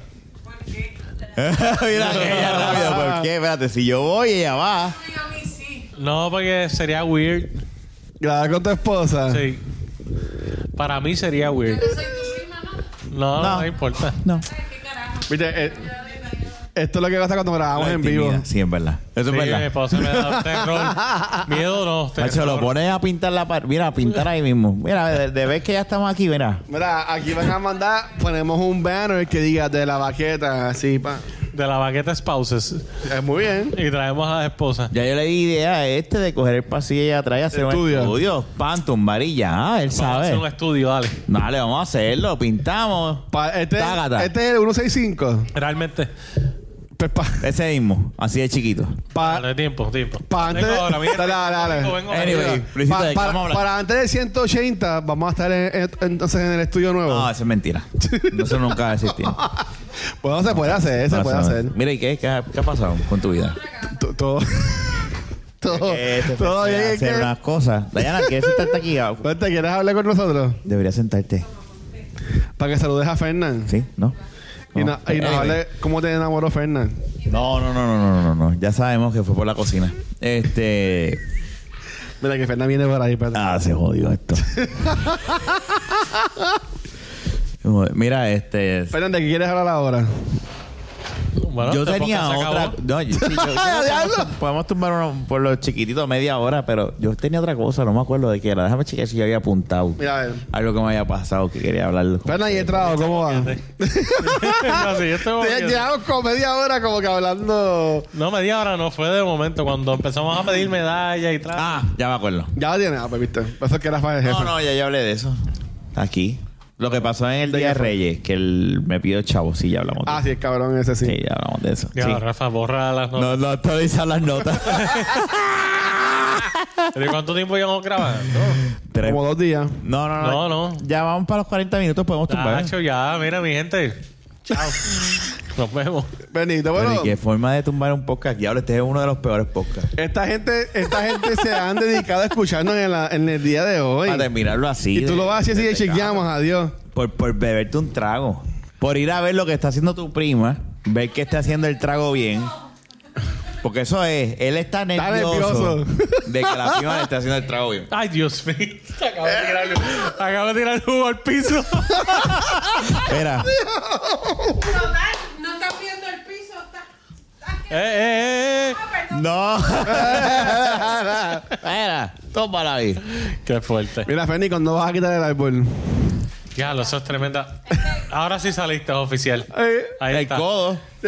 Porque.
Mira, que ella rápido. ¿Por qué? Espérate, si yo voy, ella va.
A mí sí.
No, porque sería weird.
Ah.
Grabar con tu esposa.
Sí. Para mí sería weird.
Yo soy tu prima,
No,
¿no?
no,
No.
importa.
No.
Ay, ¿Qué carajo?
Viste, eh, esto es lo que pasa cuando grabamos en vivo.
Sí, es verdad. Eso
Sí,
es
mi
verdad.
esposa
*laughs*
me da terror. Miedo no.
Macho,
terror.
lo pones a pintar la pared. Mira, a pintar ahí mismo. Mira, de, de vez que ya estamos aquí, mira.
Mira, aquí van a mandar, ponemos un banner que diga de la baqueta, así, pa.
De la baqueta spouses.
Es muy bien.
Y traemos a la esposa.
Ya yo le di idea a este de coger el pasillo y atrás y hacer
Estudio.
un estudio. Pantum, varilla. Ah, él
Vamos a hacer un
sabe.
estudio, dale.
Dale, vamos a hacerlo. Pintamos.
Pa- este,
Tágata.
este es el 165.
Realmente.
Pues pa,
Ese mismo. Así de chiquito.
pa-
Dale tiempo, tiempo.
pa antes.
Vengo ahora, mira.
Dale, dale, dale.
Vengo, vengo ahora.
Anyway, Luisito,
Pa-
¿de qué
para-
vamos a hablar?
para antes del 180, vamos a estar en- en- entonces en el estudio nuevo. *laughs*
No, Ah, eso es mentira. No, Eso nunca va a existir.
pues no se puede hacer, *laughs* eso se
No,
puede
eso no.
hacer.
Mira, ¿y qué, qué, qué ha pasado con tu vida?
To- Todo. *laughs* Todo.
Eh, te
Todo
empecé a
bien. es
hacer
que-
unas cosas. Dayana, ¿quieres sentarte aquí?
*laughs*
Ah,
Pues, ¿Te quieres hablar con nosotros?
Deberías sentarte.
Para que saludes a Fernán.
¿Sí? Eh, ¿No?
Y,
No.
na- y nos
Anyway.
hable cómo te enamoró Fernán.
No, no, no, no, no, no, no. Ya sabemos que fue por la cocina. Este.
Mira que Fernán viene por ahí, espérate.
Ah, se jodió esto. Mira, este.
Fernán, ¿de qué quieres hablar ahora?
Bueno,
yo
este
tenía
podcast se
otra.
acabó.
No, yo- *laughs* sí, yo- yo- podemos, podemos tumbar uno por los chiquititos media hora, pero yo tenía otra cosa, no me acuerdo de qué era. Déjame chequear si yo había apuntado
Mira, a ver.
algo que me había pasado que quería hablar. con-
Fernán, ¿y el trabajo cómo va?
*laughs* no, sí, yo estoy
Te-
boqueando.
Llevamos como media hora como que hablando...
No, media hora no fue de momento. Cuando empezamos a pedir medallas y tal.
Ah, ya me acuerdo.
Ya lo tienes, ah, pues viste. Por Eso es que Rafa es el
No,
jefe.
no, ya yo hablé de eso. Aquí. Lo que pasó en el
¿De
Día de
qué fue?
Reyes, que el, me pidió chavo, sí, ya hablamos de
Ah,
eso.
sí, el cabrón ese sí.
Sí, ya hablamos de eso.
Ya,
Sí.
Rafa, borra las notas.
No, no actualizan las notas.
¿Pero y cuánto tiempo
*laughs*
llevamos grabando?
Tres.
Como dos días.
No, no, no.
No, no.
Ya vamos para los 40 minutos, podemos tumbar.
Nacho, ya, mira, mi gente. Chao. Nos vemos.
Benito,
Pero,
bueno...
¿y qué forma de tumbar un podcast? Diablo, este es uno de los peores podcasts.
Esta gente, esta gente se han dedicado a escucharnos en, la- en el día de hoy.
Para terminarlo así.
Y tú
de-
lo vas a decir así
de
y
pecado.
chequeamos, adiós.
Por, por beberte un trago. Por ir a ver lo que está haciendo tu prima. Ver que está haciendo el trago bien. Porque eso es. Él está nervioso,
nervioso.
de que la prima le está haciendo el trago bien.
Ay, Dios mío. Eh, Acabo de tirar, acabo de tirar el jugo al piso.
Espera.
Total, no estás viendo el piso. Está,
eh, eh,
Ah, perdón.
No. Espera. Tómala ahí.
eh. Qué fuerte.
Mira, Feni, cuando vas a quitar el árbol?
Ya, lo sos tremenda. Ahora sí saliste oficial.
Eh,
Ahí
El
está.
codo.
*laughs*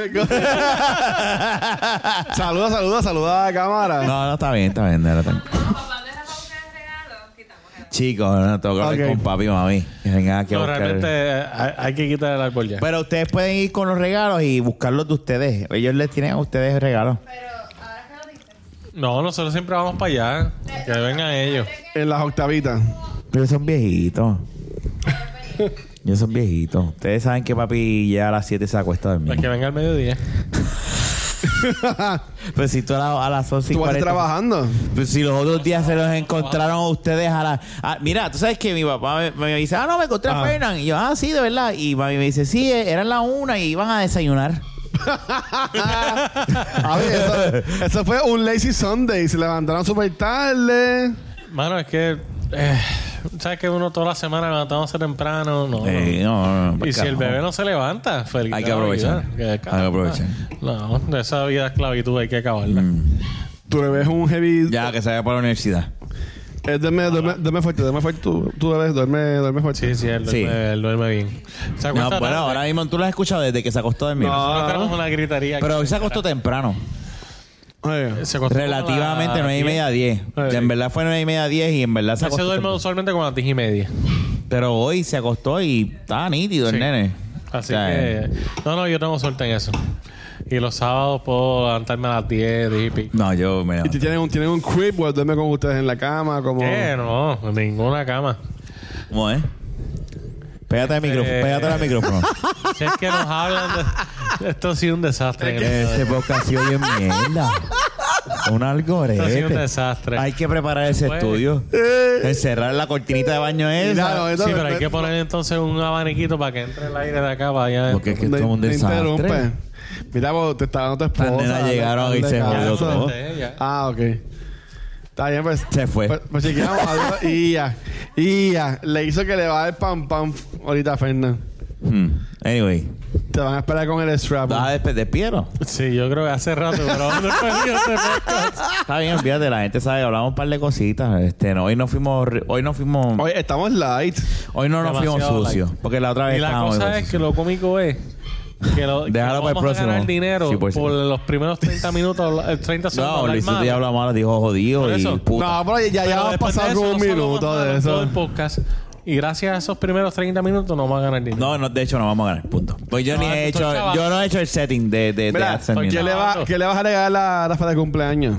saluda, saluda, saluda a la cámara.
No, no, está bien, está bien. no, no, está bien.
No, papá, deja para buscar el regalo. Quitamos el
Chicos, no, tengo que hablar
Ok.
con papi y mami. Que vengan aquí a
No,
buscar-
realmente eh, hay, hay que quitar el árbol ya.
Pero ustedes pueden ir con los regalos y buscarlos de ustedes. Ellos les tienen a ustedes regalos.
Pero ahora que lo dices.
No, nosotros siempre vamos para allá. Que vengan Ah, ellos.
En las octavitas.
Pero son viejitos. Ellos son viejitos. Ustedes saben que papi ya a las 7 se acuesta a
Pues que
dormir.
venga al mediodía.
Pero Pues si tú a, la- a las 11 y
Tú vas a estar
40
trabajando.
Pues si los otros días se los encontraron a ustedes a la... a- mira, tú sabes que mi papá me, me dice, ah, no, me encontré a Fernan. Y yo, ah, sí, de verdad. Y mami me dice, sí, eh, eran las una y iban a desayunar.
A ver,
*laughs*
eso, eso fue un lazy Sunday. Se levantaron súper tarde.
Mano, es que. eh, ¿Sabes que uno toda la semana levantándose temprano? No. no.
Eh, no, no, no,
Y si el
carajo.
bebé no se levanta, feliz.
Hay que
de la
aprovechar.
vida. Que,
Hay que
caramba.
aprovechar. Mm.
No, de esa vida de esclavitud hay que acabarla.
Tu bebé es un heavy.
Ya, que se vaya para la universidad.
Eh, duerme, duerme, duerme fuerte, duerme fuerte. Tu, tu bebé duerme, duerme fuerte.
Sí, sí, él
Sí.
duerme, él duerme bien. Se
No,
acuesta
bueno,
tarde.
ahora mismo tú lo has escuchado desde que se acostó a dormir.
No.
Nosotros tenemos una gritaría. aquí.
Pero hoy se acostó temprano.
Oye,
Se acostó como a
Relativamente
las
9 y media a 10.
Ay.
en verdad fue 9 y media a 10 y en verdad se
Él se
acostó.
duerme
temprano.
usualmente como a las 10 y media.
Pero hoy se acostó y estaba nítido
Sí.
el nene.
Así
O sea,
que. No, no, yo tengo suerte en eso. Y los sábados puedo levantarme a las 10, 10 y pico.
No, yo me...
Y tienen un, tienen un crib where duerme con ustedes en la cama, como...
¿Qué? No, en ninguna cama.
¿Cómo es? Pégate al micrófono.
Eh.
Pégate al
*laughs*
micrófono.
Si es que nos hablan de... Esto ha sido un desastre.
Este podcast ha sido bien mierda. Un algorete.
Esto ha sido un desastre.
Hay que preparar ese
Pues. *laughs*
estudio. Encerrar la cortinita de baño
Mira, no,
esa.
esto-
Sí, pero hay que poner entonces un abaniquito para que entre el aire de acá para allá.
Porque es que esto es un
te
desastre.
interrumpe. Mira, vos, te está dando tu esposa.
nenas llegaron y
dale,
se
cabrón.
jodió todo.
Ya.
Ah, ok. Está bien, pues.
Se fue.
Pues,
*laughs*
pues chequeamos. Adiós. Ia. Ia. Le hizo que le va el pam pam ahorita a Fernan.
Hmm. Anyway.
Te van a esperar con el strap.
Ah, despe- despidieron.
Sí, yo creo que hace rato, pero ¿dónde perdí este podcast?
Está bien, fíjate, la gente sabe que hablamos un par de cositas. Este, no, hoy no fuimos, ri- hoy no fuimos,
Oye, estamos light.
hoy no nos fuimos
demasiado
sucios.
light.
Porque la otra vez
Y la
estábamos
cosa
muy
es que
sucios.
lo cómico es que lo,
pues.
que
Déjalo para el
vamos a ganar
próximo.
dinero
Sí,
por
pues, sí.
los primeros
*laughs*
30 minutos, eh, 30 segundos.
No,
hablar
Luis
malo.
ya habló mal, dijo jodido
Por
y
eso.
puta.
No, pero ya,
Pero
ya hemos
después de
pasado
eso,
como un
nosotros vamos
minuto
a
de
ganar todo
eso.
el podcast. Y gracias a esos primeros 30 minutos no vamos a ganar dinero.
No, no, de hecho no vamos a ganar, punto. Pues yo
No,
ni he
estoy
hecho,
chavando.
yo no he hecho el setting de, de, de
Mira,
AdSense
estoy
ni
¿Qué
nada.
le, va, ¿Qué le vas a regalar a Rafa de cumpleaños?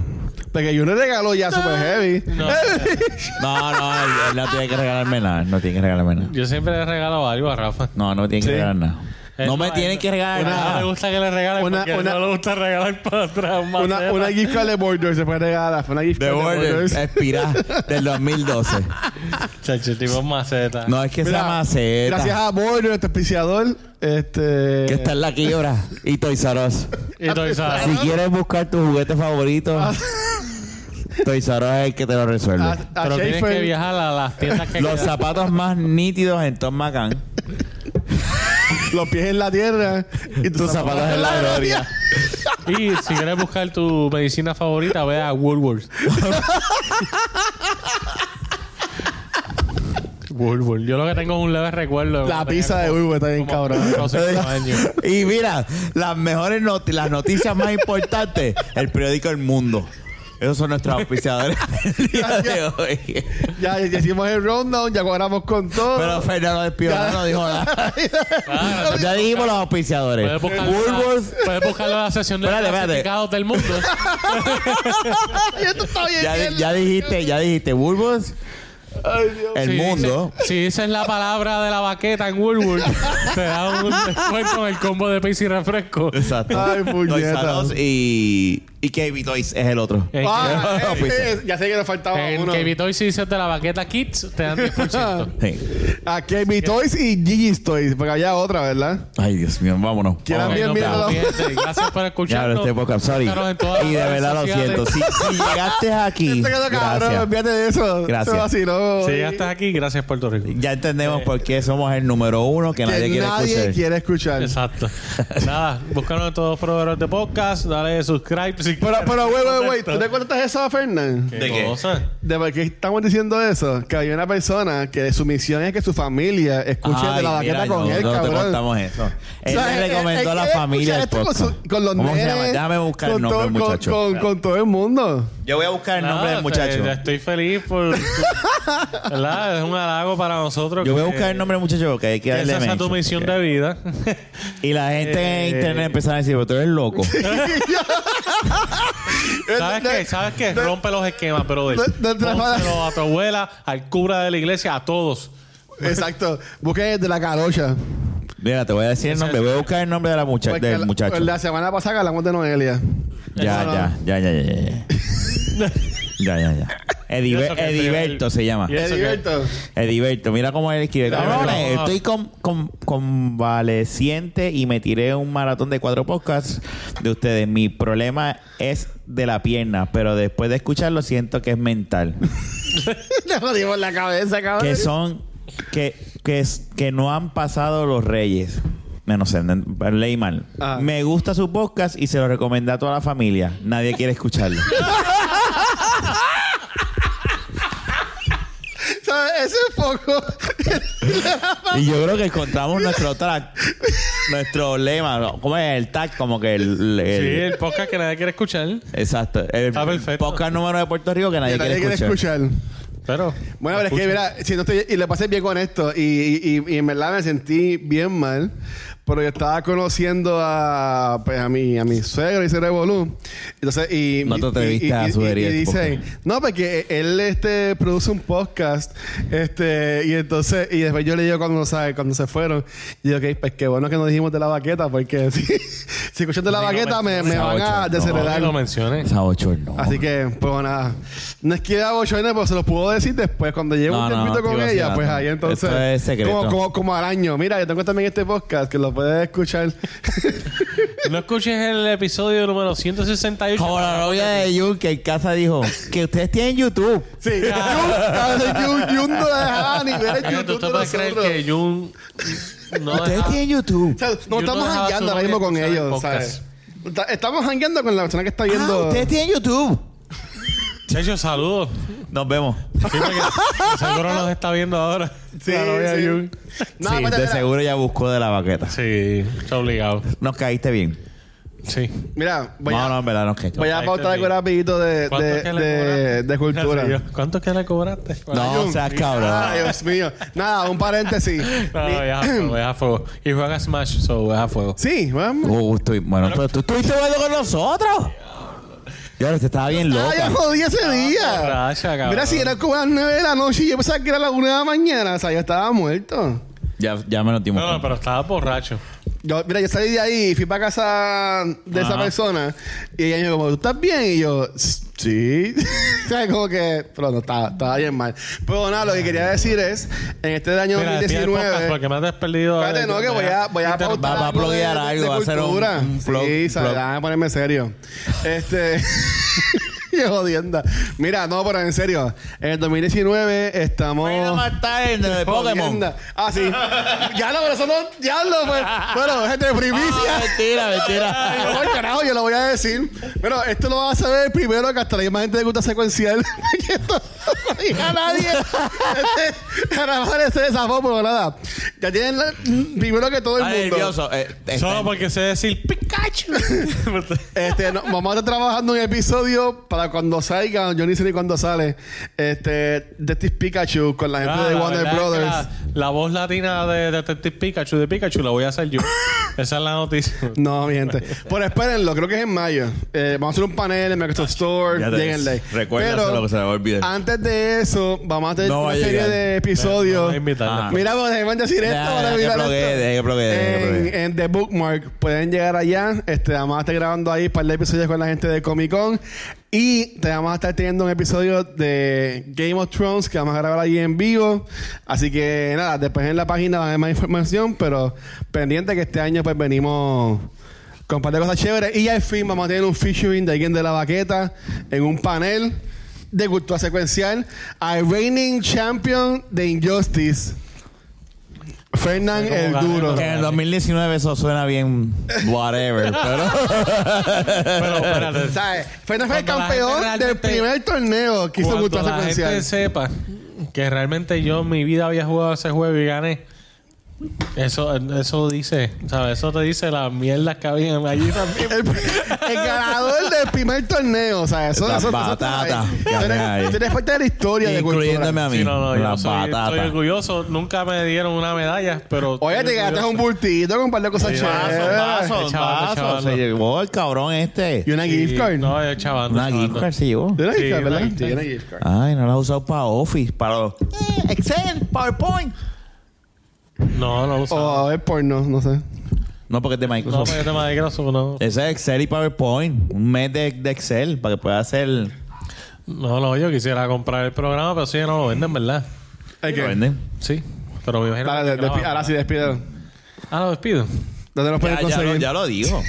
Porque yo le regalo ya super heavy. Eh,
No.
*laughs*
No, no, él, él no tiene que regalarme nada, no tiene que regalarme nada.
Yo siempre le regalo algo a Rafa.
No, no me tienen que
Sí.
regalar nada.
Él
No me
él
tienen que regalar
una- No
nada.
le gusta que le regalen
Una-
porque
una-
no le gusta regalar para atrás. más
Una,
nada.
una gift card de Borders se puede regalar. Una gift
The
card de
Border,
Borders.
Espirá, del 2012.
Chacho, tipo maceta.
No es que
Mira,
sea maceta.
Gracias a Borders, este auspiciador. Este.
Que está en la quiebra. Y Toys R Us.
Y tú sabes.
Si quieres buscar tu juguete favorito, Toys R Us es el que te lo
A,
resuelve.
a
Pero tienes que
Schaefer.
viajar a las tiendas que
Los
quedan.
zapatos más nítidos en Tom McCann.
los pies en la tierra y
Tus zapatos en la gloria.
Y si quieres buscar tu medicina favorita, ve a
*laughs*
Woolworths. Woolworths. Yo lo que tengo es un leve recuerdo.
La pizza de Uy, está bien cabrón.
*laughs* y mira, las mejores noti- las noticias más importantes, el periódico El Mundo. Esos son nuestros *laughs* auspiciadores del día de hoy.
Ya, ya hicimos el rundown, ya cuadramos con todo.
Pero Fernando del Pionero no dijo *laughs* nada. ya dijimos los auspiciadores.
Puedes buscarlo, en la-
Woolworths,
puedes buscarlo en la sección de
Espérate, espérate.
clasificados del mundo.
Ay, esto está bien.
*laughs* ya,
mierda.
ya Eh, dijiste, ya dijiste, Woolworths,
Ay, Dios.
El
Si
Mundo.
dices- si dices la palabra de la baqueta en Woolworths, te da un descuento en el combo de pizza y refresco.
Exacto.
Ay,
Toys
puñeta.
R Us y, y KB Toys es el otro.
En,
Ah,
No,
eh,
pues,
eh, ya sé que nos faltaba
Ah,
en
uno.
KB Toys, si dices de la baqueta Kids, te
*laughs*
dan 10%.
Sí.
A KB Toys y Gigi's Toys, porque había otra, ¿verdad?
Ay, Dios mío, vámonos.
¿Quién
Vámonos.
Bien,
Bueno,
bien,
pues,
bien.
gente, Gracias por
Ya
escucharnos.
hablo este podcast, sorry.
Búscanos en todas
Y de
las
verdad lo
redes sociales.
siento. Si, si
*laughs*
llegaste aquí,
Esto quedó cabrón,
gracias.
olvídate de eso.
Gracias.
Eso vaciló.
Si ya estás aquí, gracias Puerto Rico.
Ya entendemos por qué somos el número uno que,
Eh. Que
nadie quiere escuchar.
quiere escuchar.
Exacto. Nada, búscanos en todos los proveedores de podcast, dale subscribe si
Pero,
quieres.
pero, güey, güey, güey, ¿tú te acuerdas eso, Fernan?
¿De qué?
cosa?
¿De por qué estamos diciendo eso? Que había una persona que su misión es que su familia escuche
Ay,
de la
mira,
baqueta
no,
con él,
no te
cabrón.
contamos eso. Él
O sea,
le
eh,
recomendó
eh,
a la
eh,
familia
escucha
el
esto con,
podcast.
su- con los
¿Cómo se
nenes,
llama? Déjame buscar el
con
nombre
todo-
del
con-
muchacho.
Con, con todo el mundo.
Yo voy a buscar el nombre
Nada,
del
te-
muchacho.
te Ah, Estoy feliz por. ¿Verdad? Es un halago para nosotros.
Yo voy a
que-
buscar el nombre del muchacho porque hay que
que
darle
Esa sea tu
mention,
misión
porque-
de
*laughs*
vida.
Y la gente en
Eh,
internet empezaba a decir, pero tú eres
*laughs*
loco.
Eh,
¿Sabes qué? ¿Sabes qué? Rompe los esquemas, brother.
de- de- de-
Pónselo a tu abuela, al cura de la iglesia, a todos.
Exacto. Busque de la carocha.
Mira, te voy a decir el nombre. Voy a buscar el nombre de la mucha
Porque
del
Pues la-
muchacho.
La semana pasada hablamos de Noelia.
Ya,
No, no.
ya, ya, ya, ya, ya, ya.
*laughs*
ya, ya, ya. Edibe-
Y eso que es
Ediberto
legal.
se llama.
Y eso
Es
que-
divertido.
Ediberto, mira cómo él escribe.
Claro,
Cabrones,
vamos a-
estoy con, con- convaleciente y me tiré un maratón de cuatro podcasts de ustedes. Mi problema es de la pierna, pero después de escucharlo siento que es mental.
*laughs* Le jodimos la cabeza, cabrón.
que son que, que, es- que no han pasado los reyes. No, no sé, no- leí mal.
Ah.
Me gusta su podcast y se lo recomendé a toda la familia. Nadie quiere
*laughs*
escucharlo.
¿Sabes? Ese foco.
y yo creo que encontramos nuestro track, nuestro lema. ¿no? ¿Cómo es el tag? Como que el. el-
Sí, el podcast que nadie quiere escuchar.
Exacto. El
Está perfecto.
podcast número de Puerto Rico que nadie,
Nadie
quiere, escuchar.
Pero.
Bueno, pero es que, mira, si no estoy, y le pasé bien con esto, y, y, y- y en verdad me sentí bien mal, pero yo estaba conociendo a, pues, a, mi, a mi suegro y suegro de Bolú. Entonces, y,
No te
y-
atreviste
y-
a
y-
sugerir
y- y
este
dice,
podcast.
no, porque él este, produce un podcast, este, y entonces, y después yo le digo cuando, ¿sabes? cuando se fueron, y digo, ok, pues qué bueno que no dijimos de la baqueta, porque *laughs* si, si escuchan de la
Ni lo
baqueta me, me
menciones.
van a
Ocho, no.
No,
desheredar.
ni lo menciones.
Esa bochorno.
Así que, pues nada. No es que era bochorno, pero se los puedo decir después. Cuando llevo
No,
un
no,
tiempito
no,
con
estoy
ella,
vacilando.
pues ahí entonces.
Esto es secreto.
Como, como, como al año. Mira, yo tengo también este podcast que lo puedes escuchar. *laughs*
No escuches el episodio número 168.
Como la novia de Jun que en casa dijo que ustedes tienen YouTube.
Sí, Jun, a veces Jun, Jun no dejaba ni ver el
Fíjate,
YouTube
¿Tú
de
te puedes creer
nosotros.
que Jun no
Ustedes
dejaba-
tienen YouTube.
O sea,
Jun
no
no
estamos
dejaba
jangueando
su
ahora mismo con
novia escuchar el
ellos, ¿sabes? Ta- Estamos jangueando con la persona que está
Ah,
viendo.
ustedes tienen YouTube.
Checho, saludos.
Nos vemos.
Sí, porque seguro nos está viendo ahora.
Sí,
La novia de
sí.
Jun.
No,
sí,
espérate,
de
*laughs* espérate.
seguro ya buscó de la baqueta.
Sí, está obligado.
Nos caíste bien.
Sí.
Mira, voy
no,
a,
no, en verdad nos caíste.
voy a
Ahí
pautar
te
algo
vi.
rapidito de,
¿Cuánto es
de,
que le
de,
cobraste?
de cultura.
¿Cuánto es que le cobraste?
No,
Jun.
seas cabrón.
Ah, Dios mío. Nada, un paréntesis.
No, es a fuego, es a fuego. Y juega Smash, so es a fuego.
Sí, vamos.
Uh, estoy- bueno, pero tú estuviste jugando con nosotros. Ya, te estaba bien
Ah,
loca.
yo jodí ese día.
borracha, cabrón.
Mira, si era como las 9 de la noche y yo pensaba que era las 1 de la mañana. O sea, yo estaba muerto.
Ya, ya me lo dimos.
No, no, pero estaba borracho.
Yo, mira, yo salí de ahí y fui para casa de esa
Ajá.
persona. Y ella me dijo, como, ¿tú estás bien? Y yo, sí. *laughs* o sea, como que, pero no, estaba, estaba bien mal. Pero nada, lo que quería decir es, en este año
Mira, despide el podcast
2019...
porque me has perdido.
Espérate, no, que voy a, voy a
Inter-
pautar
va a
algo
pluguear algo, va a hacer un-
cultura.
un plug-
Sí,
plug.
sabe, déjame ponerme serio. Este. *laughs* Qué jodienda. Mira, no, pero en serio. En el 2019 estamos.
Reina Martínez de Pokémon.
Jodienda. Ah, sí. ya lo, pero eso no. Ya lo, pues. Bueno, gente,
Ah,
primicia.
mentira,
Ay,
mentira.
no, por carajo, yo lo voy a decir. Bueno, esto lo vas a saber primero que hasta la misma gente le gusta secuencial. *laughs* Porque esto no lo diga nadie. Este, Para aparecer esa foto, pero nada. Ya tienen la- primero que todo el
Está
mundo.
nervioso. eh, está-
Solo porque sé decir *laughs* Pikachu.
Este, no, vamos a estar trabajando un episodio para cuando salga, yo ni sé ni cuándo sale, este, Detective Pikachu con la gente
Ah,
de
la
Warner
verdad es que
Brothers.
La, la voz latina de Detective Pikachu, de Pikachu, la voy
*laughs*
a hacer yo. Esa es la noticia.
No, mi gente. Pero espérenlo, creo que es en mayo. Eh, vamos a hacer un panel en Microsoft Store.
Ah, Ya te-
Lléguenle.
recuérdaselo
Pero
que se le va a olvidar.
Antes de eso, vamos a tener
No va
una
a
serie
llegar.
de episodios.
No, invitarla.
Ah.
Mira, pues déjenme decir esto.
Ya, ya,
para
que
mirar
bloguee,
esto.
ya, que bloguee, ya, que
en,
bloguee.
en The Bookmark pueden llegar allá. Este, vamos a estar grabando ahí para el episodio con la gente de Comic Con. Y te vamos a estar teniendo un episodio de Game of Thrones que vamos a grabar allí en vivo. Así que nada, después en la página van a haber más información, pero pendiente que este año pues venimos con un par de cosas chéveres. Y al fin vamos a tener un featuring de alguien de la baqueta en un panel de cultura secuencial al reigning champion de Injustice. Fernán
Como
el
gané,
duro.
Que en el 2019 eso suena bien whatever,
*laughs*
pero...
Pero
*laughs*
espérate.
¿Sabes? Fernan fue el
Cuando la gente
campeón del
realmente-
primer torneo que hizo
Cuando
cultura
la gente
secuencial.
sepa que realmente yo en mi vida había jugado ese juego y gané. Eso, eso dice, ¿sabes? Eso te dice la mierda que había allí también.
*laughs* El, el ganador del primer torneo, o sea, eso
La
eso- eso
batata
está ahí.
que había ahí.
Tú eres parte de la historia de cultura.
Incluyéndome a mí.
Sí, no, no,
la
yo soy, estoy
patata.
orgulloso. Nunca me dieron una medalla, pero...
Oye, te ganaste un bultito con un par de cosas chéveres.
Vasos,
Chavando,
vasos.
chavando.
Se llevó el cabrón este.
Y una gift card.
No, yo chavando.
Una gift card se llevó.
¿De una
Sí,
gift card,
una
verdad?
gift
Sí,
card.
una gift card.
Ay, no la has usado para Office, para los- Eh, Excel, PowerPoint.
No, no lo
O
usaba.
a ver porno, no sé.
No, porque es de
No, pues.
Microsoft.
porque yo te de Microsoft, no.
Ese es Excel y PowerPoint. Un mes de, de Excel para que puedas hacer.
No, no, yo quisiera comprar el programa, pero sí, no lo venden, ¿verdad?
Hay que-
Lo venden.
Sí. Pero me imagino...
Dale,
que
despi-
graban.
ahora sí, despídelo.
Ah, lo despido.
¿Dónde nos pueden
Ya, ya lo,
conseguir?
ya lo digo.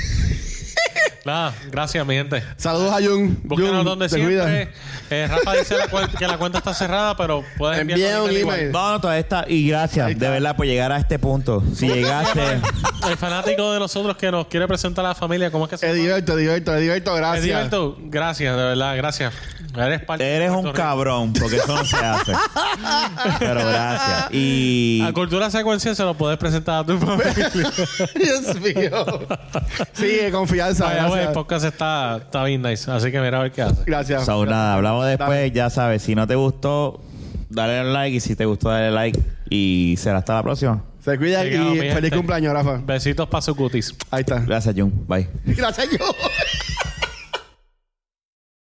Nada, Ah, gracias, mi gente.
Saludos a Jun.
Búsquenos
Jun,
donde
te cuidas.
siempre. Eh, Rafa dice la cuen- que la cuenta está cerrada, pero puedes
Envía
enviarnos
un
igual.
email.
No, no, todavía está. Y gracias,
Ahí está.
de verdad, por llegar a este punto. Si llegaste.
El fanático de nosotros que nos quiere presentar a la familia, ¿cómo es que se llama?
Ediberto, Ediberto, Ediberto, gracias.
Edilberto, gracias, de verdad, gracias. Eres parte de
Eres
Puerto
un
Rico.
cabrón, porque eso no se
*laughs*
hace. Pero gracias. Y.
A Cultura Secuencia se lo puedes presentar
*laughs*
a tu familia.
Dios mío. Sí, de confianza.
Vaya, pues, güey, el
gracias.
podcast está, está bien nice, así que mira a ver qué hace.
Gracias.
So, nada, hablamos después.
Dale.
Ya sabes, si no te gustó, dale un like. Y si te gustó, dale like. Y será hasta la próxima.
Se cuida
Llegado, mi
y
gente.
feliz cumpleaños, Rafa.
Besitos para su cutis.
Ahí está.
Gracias, Jun. Bye.
Gracias, yo.